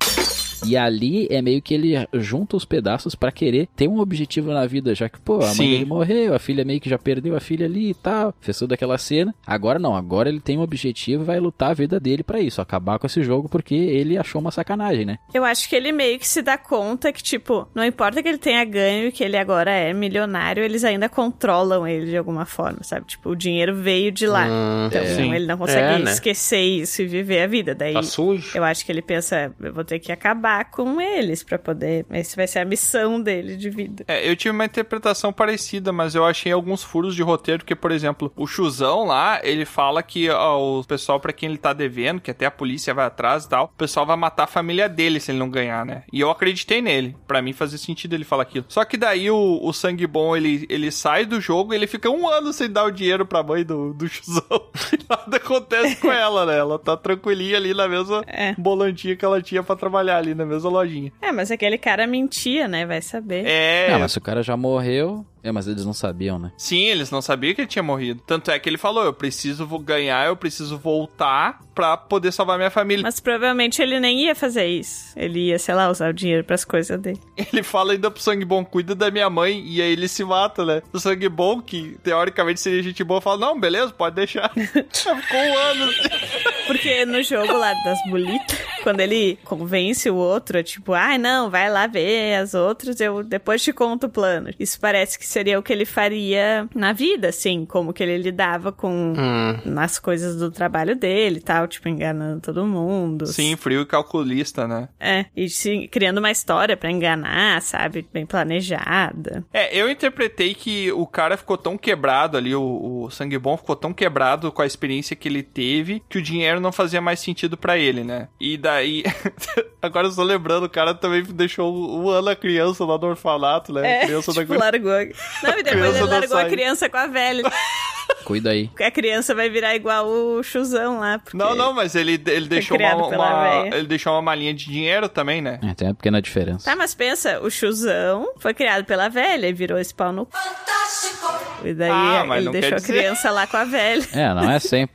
E ali é meio que ele junta os pedaços pra querer ter um objetivo na vida, já que, pô, a mãe
Sim.
dele morreu, a filha meio que já perdeu a filha ali e tal, fez toda aquela cena. Agora não, agora ele tem um objetivo e vai lutar a vida dele pra isso, acabar com esse jogo porque ele achou uma sacanagem, né?
Eu acho que ele meio que se dá conta que, tipo, não importa que ele tenha ganho e que ele agora é milionário, eles ainda controlam ele de alguma forma, sabe? Tipo, o dinheiro veio de lá. então
Ah, sim.
ele não consegue
É, né?
esquecer isso e viver a vida. Daí
Tá sujo.
eu acho que ele pensa, eu vou ter que acabar com eles pra poder. Essa vai ser a missão dele de vida.
É, eu tive uma interpretação parecida, mas eu achei alguns furos de roteiro, porque, por exemplo, o Chuzão lá, ele fala que ó, o pessoal pra quem ele tá devendo, que até a polícia vai atrás e tal, o pessoal vai matar a família dele se ele não ganhar, né? E eu acreditei nele. Pra mim fazia sentido ele falar aquilo. Só que daí o, o Sangue Bom, ele, ele sai do jogo ele fica um ano sem dar o dinheiro pra mãe do, do Chuzão. E nada acontece com ela, né? Ela tá tranquilinha ali na mesma
É.
bolandinha que ela tinha pra trabalhar ali, na mesma lojinha.
É, mas aquele cara mentia, né? Vai saber.
É,
Ah, mas se o cara já morreu. É, mas eles não sabiam, né?
Sim, eles não sabiam que ele tinha morrido. Tanto é que ele falou: eu preciso vo- ganhar, eu preciso voltar pra poder salvar minha família.
Mas provavelmente ele nem ia fazer isso. Ele ia, sei lá, usar o dinheiro pras coisas dele.
Ele fala ainda pro Sangue Bom: cuida da minha mãe, e aí ele se mata, né? O Sangue Bom, que teoricamente seria gente boa, fala: não, beleza, pode deixar. Ficou um ano.
Porque no jogo lá das bolitas, quando ele convence o outro, é tipo, ai não, vai lá ver as outras, eu depois te conto o plano. Isso parece que seria o que ele faria na vida, assim, como que ele lidava com
Hum.
nas coisas do trabalho dele e tal, tipo, enganando todo mundo.
Sim, frio e calculista, né?
É, e se, criando uma história pra enganar, sabe? Bem planejada.
É, eu interpretei que o cara ficou tão quebrado ali, o, o Sangue Bom ficou tão quebrado com a experiência que ele teve, que o dinheiro não fazia mais sentido pra ele, né? E daí. Agora eu tô lembrando, o cara também deixou um ano a criança lá no orfanato, né? A
É,
criança
tipo,
da...
largou. a- Não, e depois
Criança
ele
não
largou a
sai.
criança com a velha.
Cuida aí.
A criança vai virar igual o Chuzão lá. porque-
Não, não, mas ele, ele deixou uma,
criado pela
uma-
véia.
ele deixou uma malinha de dinheiro também, né?
É, tem uma pequena diferença.
Tá, mas pensa, o Chuzão foi criado pela velha e virou esse pau no cu. E daí
Ah, mas
ele
não
deixou
quer
a
dizer.
criança lá com a velha.
É, não é 100%.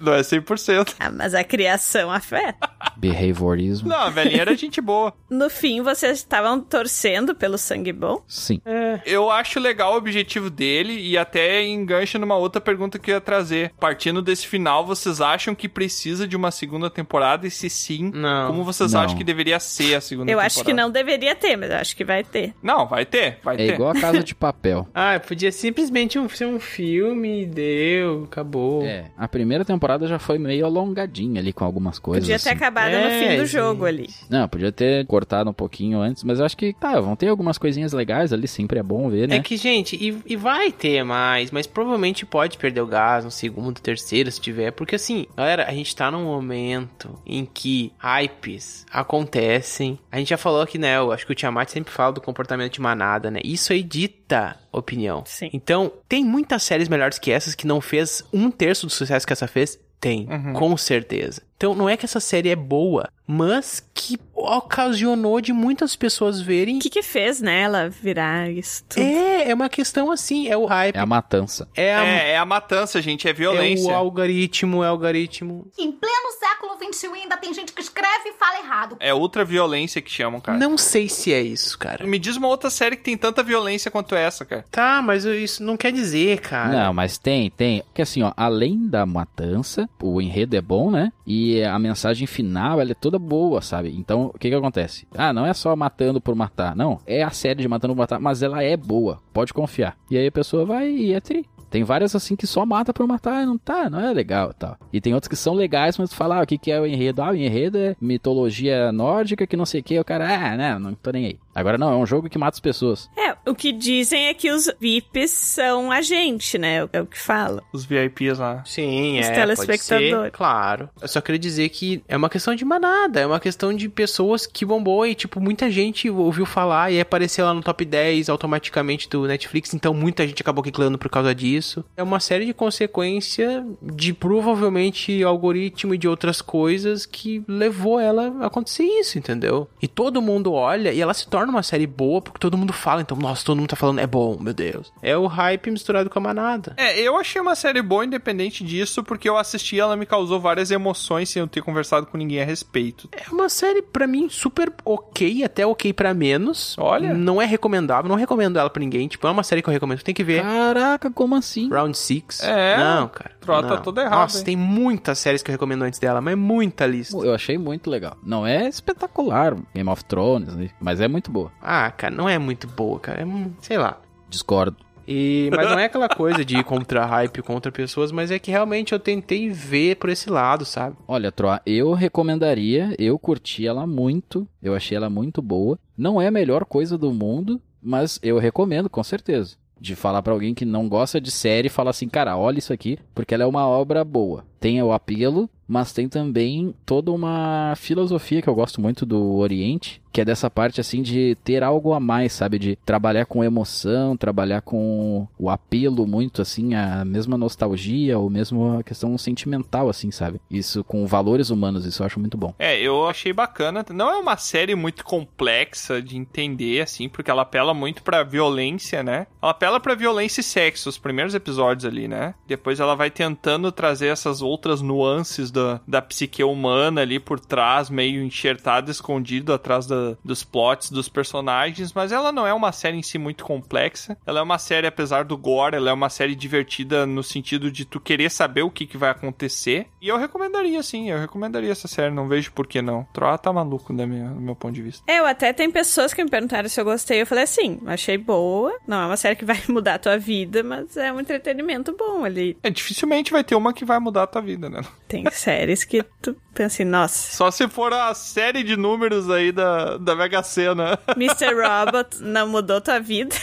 Não é 100%.
Ah, mas a criação afeta.
Behaviorismo.
Não, a velhinha era gente boa.
No fim, vocês estavam torcendo pelo sangue bom?
Sim.
Eu acho legal o objetivo dele e até engancha numa outra pergunta que eu ia trazer. Partindo desse final, vocês acham que precisa de uma segunda temporada? E se sim,
Não.
como vocês
Não.
acham que deveria ser a segunda
eu
temporada?
acho que não deveria ter, mas eu acho que vai ter.
Não, vai ter, vai
É
ter.
igual a Casa de Papel.
Ah, podia simplesmente um- ser um filme e deu, acabou.
É, a primeira temporada já foi meio alongadinha ali com algumas coisas.
Podia ter
assim.
acabado no
É,
fim
gente.
do jogo ali.
Não, podia ter cortado um pouquinho antes, mas eu acho que, tá, vão ter algumas coisinhas legais ali, sempre é bom ver, né?
É que, gente, e, e vai ter mais, mas provavelmente pode perder o gás no segundo, terceiro, se tiver. Porque, assim, galera, a gente tá num momento em que hypes acontecem. A gente já falou aqui, né? Eu acho que o Tiamat sempre fala do comportamento de manada, né? Isso aí dita opinião.
Sim.
Então, tem muitas séries melhores que essas que não fez um terço do sucesso que essa fez? Tem, com certeza. Então, não é que essa série é boa, mas que ocasionou de muitas pessoas verem
O que que fez, né, ela virar isso tudo?
é, é uma questão assim, é o hype.
É a matança.
É, a, é,
É, é a matança, gente, é violência.
o algoritmo, é o algoritmo.
Em pleno século XXI ainda tem gente que escreve e fala errado.
É ultra violência que chamam, cara.
Não sei se é isso, cara.
Me diz uma outra série que tem tanta violência quanto essa, cara.
Tá, mas isso não quer dizer, cara.
Não, mas tem, tem. Porque assim, ó, além da matança, o enredo é bom, né? E a mensagem final, ela é toda boa, sabe? Então, o que que acontece? Ah, não é só matando por matar, não. É a série de matando por matar, mas ela é boa, pode confiar. E aí a pessoa vai e é tri. Tem várias assim que só mata por matar, não tá, não é legal e tal. E tem outros que são legais, mas tu fala, ah, o que que é o enredo? Ah, o enredo é mitologia nórdica que não sei o que, o cara, ah, né, não tô nem aí. Agora não, é um jogo que mata as pessoas.
É, o que dizem é que os VIPs são a gente, né? É o que fala.
Os VIPs lá.
Sim,
Os
é.
telespectadores.
Pode ser, claro. Eu só queria dizer que é uma questão de manada, é uma questão de pessoas que bombou e, tipo, muita gente ouviu falar e apareceu lá no top 10 automaticamente do Netflix, então muita gente acabou clicando por causa disso. É uma série de consequência de provavelmente algoritmo e de outras coisas que levou ela a acontecer isso, entendeu? E todo mundo olha e ela se torna uma série boa porque todo mundo fala, então, nossa, todo mundo tá falando, é bom, meu Deus. É o hype misturado com a manada.
É, eu achei uma série boa independente disso, porque eu assisti e ela me causou várias emoções sem eu ter conversado com ninguém a respeito.
É uma série, pra mim, super ok, até ok pra menos.
Olha.
Não é recomendável, não recomendo ela pra ninguém. Tipo, é uma série que eu recomendo, tem que ver.
Caraca, como assim?
Round 6.
É.
Não, cara.
Trota
não.
toda errada,
Nossa,
hein?
tem muitas séries que eu recomendo antes dela, mas muita lista.
Eu achei muito legal. Não é espetacular, Game of Thrones, né? mas é muito boa.
Ah, cara, não é muito boa, cara. É, um- sei lá.
Discordo.
E, mas não é aquela coisa de ir contra hype, contra pessoas, mas é que realmente eu tentei ver por esse lado, sabe?
Olha, Troa, eu recomendaria, eu curti ela muito, eu achei ela muito boa. Não é a melhor coisa do mundo, mas eu recomendo, com certeza. De falar pra alguém que não gosta de série e falar assim, cara, olha isso aqui, porque ela é uma obra boa. Tem o apelo, mas tem também toda uma filosofia que eu gosto muito do Oriente, que é dessa parte assim de ter algo a mais, sabe? De trabalhar com emoção, trabalhar com o apelo muito assim, a mesma nostalgia, ou mesmo a questão sentimental, assim, sabe? Isso com valores humanos, isso eu acho muito bom.
É, eu achei bacana. Não é uma série muito complexa de entender, assim, porque ela apela muito pra violência, né? Ela apela pra violência e sexo, os primeiros episódios ali, né? Depois ela vai tentando trazer essas outras nuances da, da psique humana ali por trás, meio enxertado, escondido atrás da- dos plots, dos personagens, mas ela não é uma série em si muito complexa. Ela é uma série, apesar do gore, ela é uma série divertida no sentido de tu querer saber o que, que vai acontecer. E eu recomendaria, sim, eu recomendaria essa série, não vejo por que não. Troa tá maluco da minha- do meu ponto de vista.
É, Eu até tem pessoas que me perguntaram se eu gostei. Eu falei assim, achei boa. Não é uma série que vai mudar a tua vida, mas é um entretenimento bom ali.
É, dificilmente vai ter uma que vai mudar a tua vida, né?
Tem séries que tu pensa assim, nossa.
Só se for a série de números aí da, da Mega Sena.
Mr. Robot não mudou tua vida.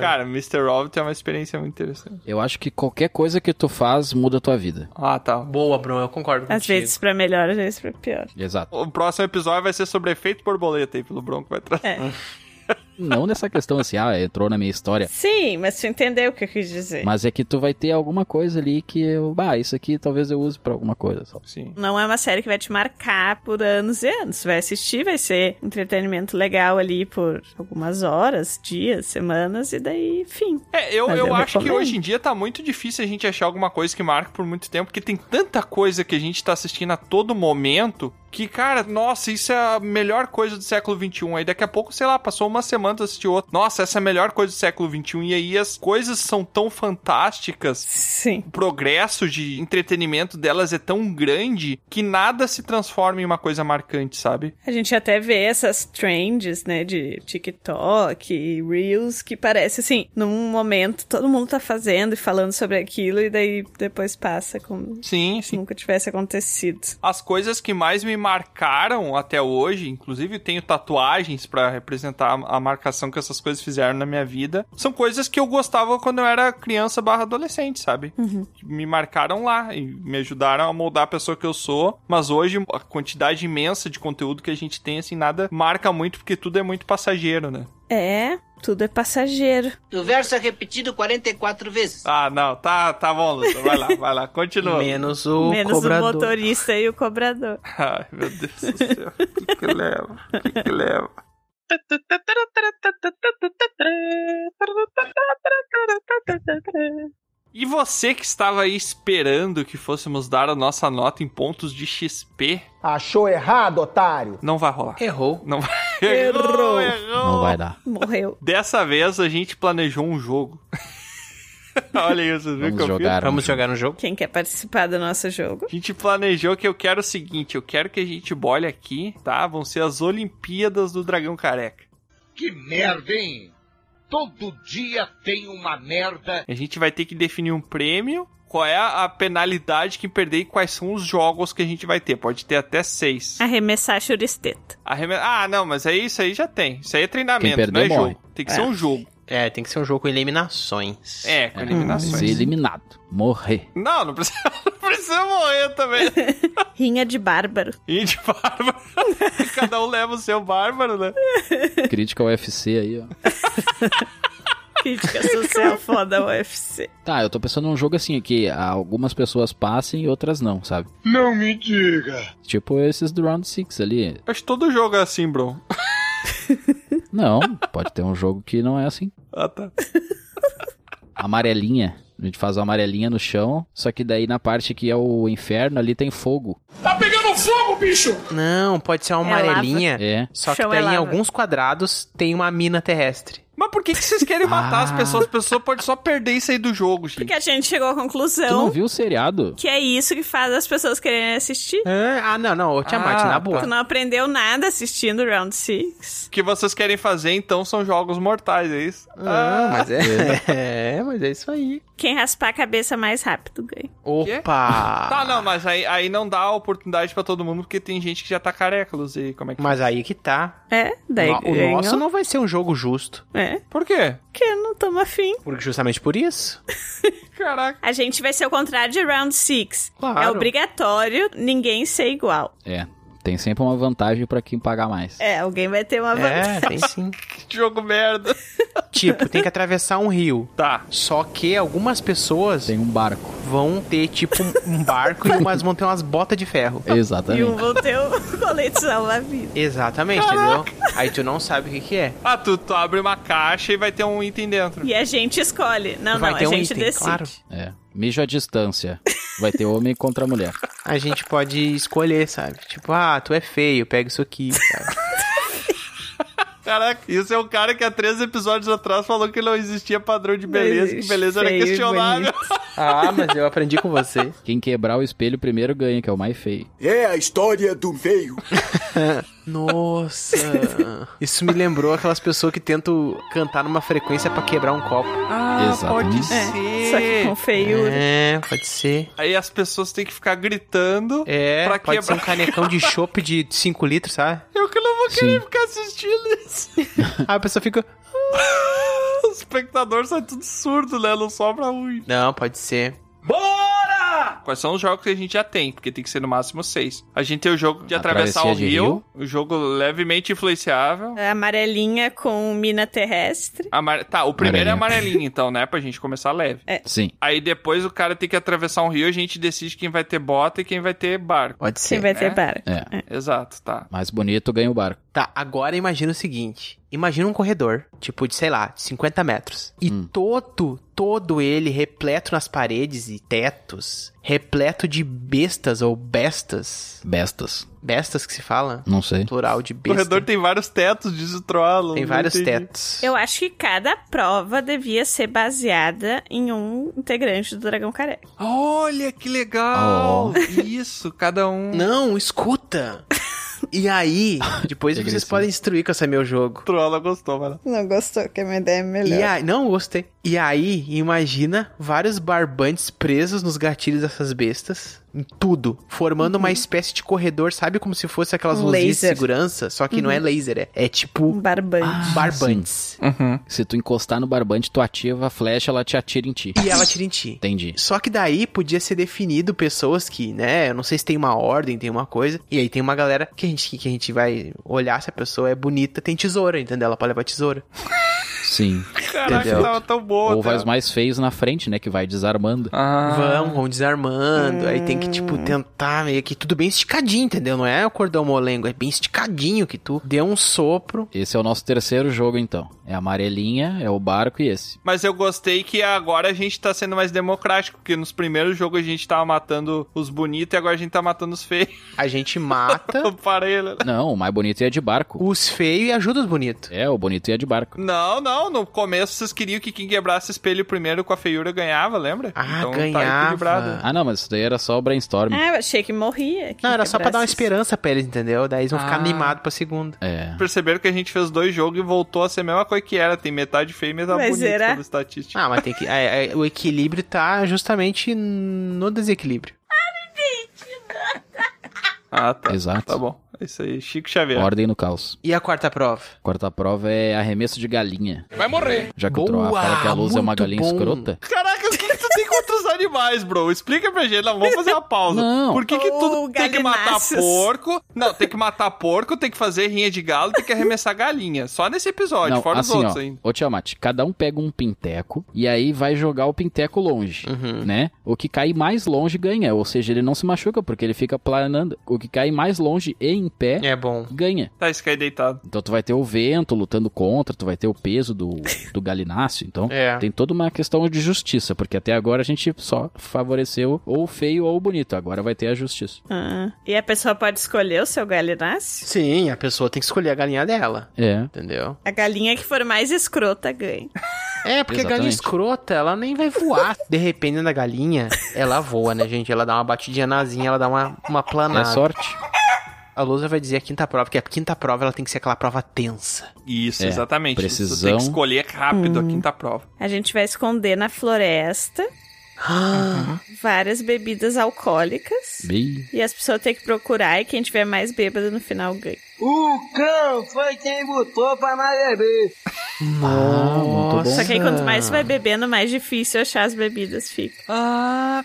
Cara, Mr. Robot é uma experiência muito interessante.
Eu acho que qualquer coisa que tu faz muda a tua vida.
Ah, tá.
Boa, Bruno, eu concordo
Às vezes pra melhor, às vezes pra pior.
Exato.
O próximo episódio vai ser sobre efeito borboleta aí, pelo Bronco vai trazer.
É.
Não nessa questão assim, ah, entrou na minha história.
Sim, mas tu entendeu o que eu quis dizer.
Mas é que tu vai ter alguma coisa ali que eu. Bah, isso aqui talvez eu use pra alguma coisa. Só.
Sim.
Não é uma série que vai te marcar por anos e anos. Tu vai assistir, vai ser entretenimento legal ali por algumas horas, dias, semanas e daí, fim.
É, eu,
Mas
eu
eu
acho que
recomendo.
hoje em dia tá muito difícil a gente achar alguma coisa que marque por muito tempo, porque tem tanta coisa que a gente tá assistindo a todo momento que, cara, nossa, isso é a melhor coisa do século XXI. Aí daqui a pouco, sei lá, passou uma semana tu assistiu outra. Nossa, essa é a melhor coisa do século XXI. E aí as coisas são tão fantásticas.
Sim.
O progresso de entretenimento delas é tão grande que nada se transforma em uma coisa marcante, sabe?
A gente até vê essas trends, né, de TikTok e Reels, que parece assim, num momento todo mundo tá fazendo e falando sobre aquilo, e daí depois passa como
Sim,
se nunca tivesse acontecido.
As coisas que mais me marcaram até hoje, inclusive tenho tatuagens pra representar a a marcação que essas coisas fizeram na minha vida, são coisas que eu gostava quando eu era criança barra adolescente, sabe? Que Me marcaram lá e me ajudaram a moldar a pessoa que eu sou, mas hoje a quantidade imensa de conteúdo que a gente tem, assim, nada marca muito porque tudo é muito passageiro, né?
É, tudo é passageiro.
O verso é repetido 44 vezes.
Ah, não, tá, tá bom, Luta, vai lá, vai lá, continua.
Menos o
Menos o motorista e o cobrador.
Ai, meu Deus do céu, o que que leva, o que que leva? E você que estava aí esperando que fôssemos dar a nossa nota em pontos de XP,
Achou errado, otário?
não vai rolar.
Errou.
Não vai. Errou, errou.
Não vai dar.
Morreu.
Dessa vez a gente planejou um jogo. Olha isso, viu que eu fiz?
Vamos jogar um jogo?
Quem quer participar do nosso jogo?
A gente planejou que eu quero o seguinte, eu quero que a gente bole aqui, tá? Vão ser as Olimpíadas do Dragão Careca.
Que merda, hein? Todo dia tem uma merda.
A gente vai ter que definir um prêmio, qual é a a penalidade que perder e quais são os jogos que a gente vai ter. Pode ter até
Ah.
seis.
Arremessar a churisteta.
Arreme- Ah, não, mas aí isso aí já tem. Isso aí é treinamento,
Quem
não é
perder, morre.
jogo. Tem que ser um jogo.
É, tem que ser um jogo com eliminações.
É, com
Ser
eliminações.
eliminado. Morrer.
Não, não precisa, não precisa morrer também.
Rinha de bárbaro.
Rinha de bárbaro. Cada um leva o seu bárbaro, né?
Crítica ao UFC aí, ó.
Crítica social foda UFC.
Tá, eu tô pensando num jogo assim, que algumas pessoas passem e outras não, sabe?
Não me diga.
Tipo esses do Round six ali.
Acho que todo jogo é assim, bro.
Não, pode ter um jogo que não é assim.
Ah, tá.
Amarelinha. A gente faz a amarelinha no chão, só que daí na parte que é o inferno ali tem fogo.
Tá pegando fogo, bicho! Não, pode ser uma
É lava.
amarelinha.
É.
Só que
Chão
daí
é
em
lava.
alguns quadrados tem uma mina terrestre.
Mas por que, que vocês querem matar as pessoas? As pessoas podem só perder e sair do jogo, gente.
Porque a gente chegou à
Tu não
conclusão
viu o seriado?
que é isso que faz as pessoas quererem assistir.
Ah, tá. não, não, ô Tiamat, na boa.
Tu não aprendeu nada assistindo Round 6.
O que vocês querem fazer, então, são jogos mortais, é isso?
Ah, mas
é-
é, mas é isso aí.
Quem raspar a cabeça mais rápido ganha.
Opa!
Tá, não, mas aí, aí não dá oportunidade pra todo mundo, porque tem gente que já tá careca, Luzei. Como é que
Mas aí que tá.
É, daí
No- o
ganhou.
nosso não vai ser um jogo justo.
É.
Por quê?
Porque não tamo afim.
Porque justamente por isso.
Caraca.
A gente vai ser o contrário de Round 6.
Claro.
É obrigatório ninguém ser igual.
É. Tem sempre uma vantagem pra quem pagar mais.
É, alguém vai ter uma
É,
vantagem.
tem sim.
Que jogo merda.
Tipo, tem que atravessar um rio.
Tá.
Só que algumas pessoas.
Tem um barco.
Vão ter, tipo, um- um barco e umas vão ter umas botas de ferro.
Exatamente.
E um vão ter o colete salva-vida.
Exatamente,
Caraca.
entendeu? Aí tu não sabe o que, que é.
Ah, tu, tu abre uma caixa e vai ter um item dentro.
E a gente escolhe. Não,
Vai
não,
ter
a
um
gente
item,
decide.
claro.
É. Mijo à distância. Vai ter homem contra mulher.
A gente pode escolher, sabe? Tipo, ah, tu é feio, pega isso aqui, sabe?
Caraca, isso é um cara que há três episódios atrás falou que não existia padrão de beleza, que
existe
beleza era
feio e
questionável.
ah, mas eu aprendi com você.
Quem quebrar o espelho primeiro ganha, que é o mais feio.
É a história do meio.
Nossa. Isso me lembrou aquelas pessoas que tentam cantar numa frequência pra quebrar um copo.
Ah, pode
Exatamente.
ser.
Só que com feiura.
É, pode ser.
Aí as pessoas têm que ficar gritando
É,
pra
pode ser
quebrar.
um canecão de chopp de 5 litros, sabe?
Eu que não vou
Sim.
querer ficar assistindo isso.
Aí a pessoa fica...
O espectador sai tudo surdo, né? Não sobra um.
Não, pode ser.
Bora! Quais são os jogos que a gente já tem? Porque tem que ser no máximo seis. A gente tem o jogo de atravessar o
Travessia de
rio,
rio.
o jogo levemente influenciável.
É.
A Amarelinha com mina terrestre.
Amar... Tá, o primeiro é amarelinho, então, né? Pra gente começar leve.
É.
Sim.
Aí depois o cara tem que atravessar um rio, a gente decide quem vai ter bota e quem vai ter barco.
Pode
Quem vai ter barco.
É.
Exato, tá.
Mais bonito ganha o barco.
Tá, agora imagina o seguinte. Imagina um corredor, tipo de, sei lá, de 50 metros. E todo, todo ele repleto nas paredes e tetos, repleto de bestas ou bestas.
Bestas.
Bestas que se fala?
Não sei.
Plural de
O
bestas.
corredor tem vários tetos, diz o Trollo.
Tem
não
vários
entendi.
tetos.
Eu acho que cada prova devia ser baseada em um integrante do Dragão Careca.
Olha que legal!
Oh.
Isso, cada um.
Não, escuta! E aí, depois
Que
vocês
agressivo.
podem instruir com esse meu jogo.
Trola gostou, mano.
Não gostou, que a minha ideia é
E aí, não, gostei. E aí, imagina vários barbantes presos nos gatilhos dessas bestas, em tudo, formando uma espécie de corredor, sabe? Como se fosse aquelas
Um
luzinhas de
laser.
segurança, só que não é
Uhum.
laser, é, é tipo
Um Barbante.
barbantes.
Se tu encostar no barbante, tu ativa a flecha, ela te atira em ti.
E ela tira em ti.
Entendi.
Só que daí podia ser definido pessoas que, né, eu não sei se tem uma ordem, tem uma coisa, e aí tem uma galera que a gente, que a gente vai olhar se a pessoa é bonita, tem tesoura, entendeu? Ela pode levar tesoura.
Sim.
Caraca,
Entendeu?
tava tão boa.
Ou vai
cara.
os mais feios na frente, né? Que vai desarmando.
Ah.
Vão, vão desarmando. Aí tem que, tipo, tentar meio que tudo bem esticadinho, entendeu? Não é o cordão molengo, é bem esticadinho que tu deu um sopro.
Esse é o nosso terceiro jogo, então. É a amarelinha, é o barco e esse.
Mas eu gostei que agora a gente tá sendo mais democrático, porque nos primeiros jogos a gente tava matando os bonitos e agora a gente tá matando os feios.
A gente mata
O parelho.
Não, o mais bonito é de barco.
os feios e ajuda os bonitos.
É, o bonito é de barco.
Não, não, Não, no começo vocês queriam que quem quebrasse espelho primeiro com a feiura ganhava, lembra?
Ah,
então, Tá equilibrado.
ganhava.
Ah, não, mas isso daí era só o brainstorm.
Ah, eu achei que morria. que
Não, era só pra dar uma
quebrasse.
esperança pra eles, entendeu? Daí eles vão ficar
Ah.
animados pra segunda.
É.
Perceberam que a gente fez dois jogos e voltou a ser a mesma coisa que era. Tem metade feia e metade
Mas
bonita
era?
pela estatística.
Ah, mas tem que. é, é, o equilíbrio tá justamente no desequilíbrio.
Ah, tá.
Exato.
Tá bom. É isso aí. Chico Xavier.
Ordem no caos.
E a quarta prova?
Quarta prova é arremesso de galinha.
Vai morrer.
Já que o Troá
Boa,
fala que a luz é uma
muito
galinha
bom.
escrota.
Caraca, o que, que tu tem contra os animais, bro? Explica pra gente. Não, vamos fazer uma pausa.
Não.
Por que, que tu
Ô,
tem que matar
galináceos.
porco? Não, tem que matar porco, tem que fazer rinha de galo, tem que arremessar galinha. Só nesse episódio,
Não,
fora os
assim,
outros
ó,
ainda.
ô Tiamat, cada um pega um pinteco e aí vai jogar o pinteco longe,
Uhum.
né? O que cai mais longe ganha, ou seja, ele não se machuca porque ele fica planando. O que cai mais longe e em pé
É bom.
ganha.
Tá, esse cai deitado.
Então tu vai ter o vento lutando contra, tu vai ter o peso do, do galináceo, então
É.
tem toda uma questão de justiça, porque até agora a gente só favoreceu ou o feio ou o bonito, agora vai ter a justiça.
Ah, e a pessoa pode escolher o seu galináceo?
Sim, a pessoa tem que escolher a galinha dela.
É.
Entendeu?
A galinha que for mais escrota ganha.
É, porque a galinha
Exatamente.
escrota, ela nem vai voar. De repente, da galinha, ela voa, né, gente? Ela dá uma batidinha na asinha, ela dá uma, uma planada.
É sorte.
A Lusa vai dizer a quinta prova, que a quinta prova ela tem que ser aquela prova tensa.
Isso,
É,
exatamente. Tu tem
precisão. Hum.
que escolher rápido a quinta prova.
A gente vai esconder na floresta
Ah.
várias bebidas alcoólicas.
Bem,
E as pessoas têm que procurar e quem tiver mais bêbado no final ganha.
O cão foi quem botou pra nós beber.
Ah, Nossa.
Só que aí quanto
Ah.
mais você vai bebendo, mais difícil achar as bebidas fica.
Ah,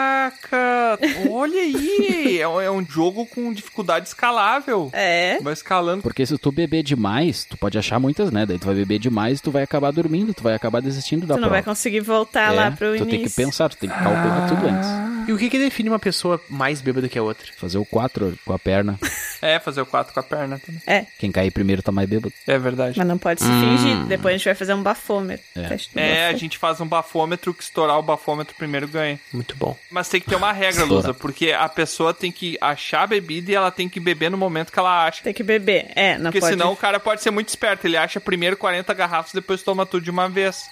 caraca! Olha aí! é, um, é um jogo com dificuldade escalável.
É.
Vai escalando.
Porque se tu beber demais, tu pode achar muitas, né? Daí tu vai beber demais e tu vai acabar dormindo, tu vai acabar desistindo da
Tu não vai
prova.
conseguir voltar lá pro
É, tu
início.
tem que pensar, tu tem que calcular tudo antes.
E o que que define uma pessoa mais bêbada que a outra?
Fazer o 4 com a perna.
É, fazer o 4 com a perna também.
É,
Quem cair primeiro tá mais bêbado.
É verdade.
mas não pode se fingir. Depois a gente vai fazer um bafômetro.
É.
Teste do
Hum. É, a
bafômetro.
gente faz um bafômetro, que estourar o bafômetro primeiro ganha.
Muito bom.
Mas tem que ter uma regra,
Estoura.
Lusa, porque a pessoa tem que achar a bebida e ela tem que beber no momento que ela acha.
Tem que beber. É, não
Porque
pode.
senão o cara pode ser muito esperto. Ele acha primeiro 40 garrafas, depois toma tudo de uma vez.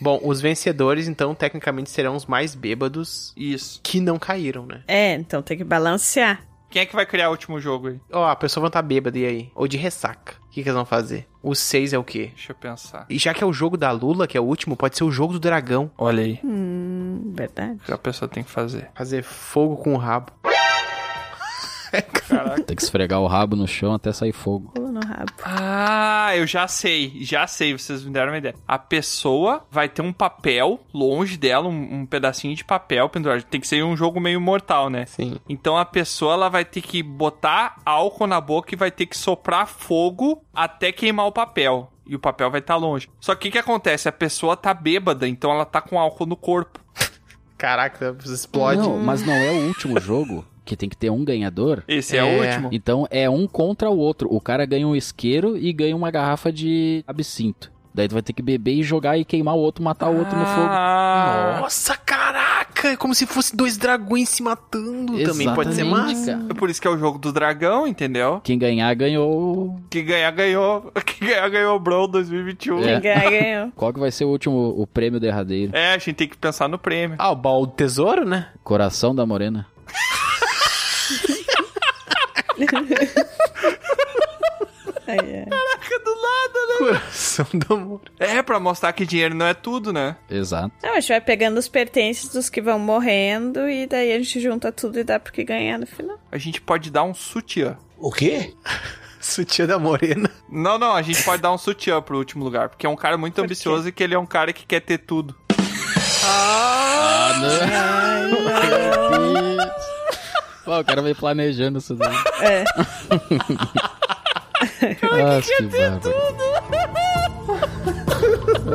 Bom, os vencedores, então, tecnicamente serão os mais bêbados
Isso.
que não caíram, né?
É, então tem que balancear.
Quem é que vai criar o último jogo aí?
Ó, a pessoa vai estar bêbada, e aí? Ou de ressaca. O que que eles vão fazer? O seis é o quê?
Deixa eu pensar.
E já que é o jogo da Lula, que é o último, pode ser o jogo do dragão.
Olha aí.
Hum, verdade.
O que a pessoa tem que fazer?
Fazer fogo com o rabo.
Tem que esfregar o rabo no chão até sair fogo.
Pula no rabo.
Ah, eu já sei, já sei, vocês me deram uma ideia. A pessoa vai ter um papel longe dela, um, um pedacinho de papel pendurado. Tem que ser um jogo meio mortal, né?
Sim.
Então a pessoa ela vai ter que botar álcool na boca e vai ter que soprar fogo até queimar o papel. E o papel vai estar longe. Só que o que acontece? A pessoa tá bêbada, então ela tá com álcool no corpo.
Caraca, explode.
Não, mas não é o último jogo que tem que ter um ganhador.
Esse é,
É.
o último.
Então é um contra o outro. O cara ganha um isqueiro e ganha uma garrafa de absinto. Daí tu vai ter que beber e jogar e queimar o outro, matar É o outro no fogo.
Ah,
Nossa, caraca! É como se fosse dois dragões se matando também. Pode ser
Exatamente,
massa.
cara.
Por isso que é o jogo do dragão, entendeu?
Quem ganhar ganhou.
Quem ganhar, ganhou. Quem ganhar, ganhou o Bro 2021.
É.
Quem ganha, ganhou.
Qual que vai ser o último, o prêmio derradeiro?
É, a gente tem que pensar no prêmio.
Ah, o baú do tesouro, né?
Coração da Morena.
Ai, ai.
Coração do amor.
É, pra mostrar que dinheiro não é tudo, né?
Exato.
Não, a gente vai pegando os pertences dos que vão morrendo e daí a gente junta tudo e dá pro que ganhar no final.
A gente pode dar um sutiã.
O quê?
Sutiã da morena.
Não, não, a gente pode dar um sutiã pro último lugar, porque é um cara muito ambicioso e que ele é um cara que quer ter tudo.
Pô, o cara veio planejando isso daí.
É.
Ai, que bárbaro.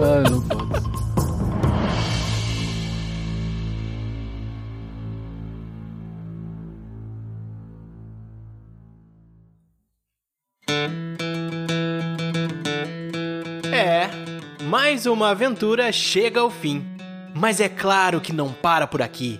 Ai, não pode. ser.
É, mais uma aventura chega ao fim. Mas é claro que não para por aqui.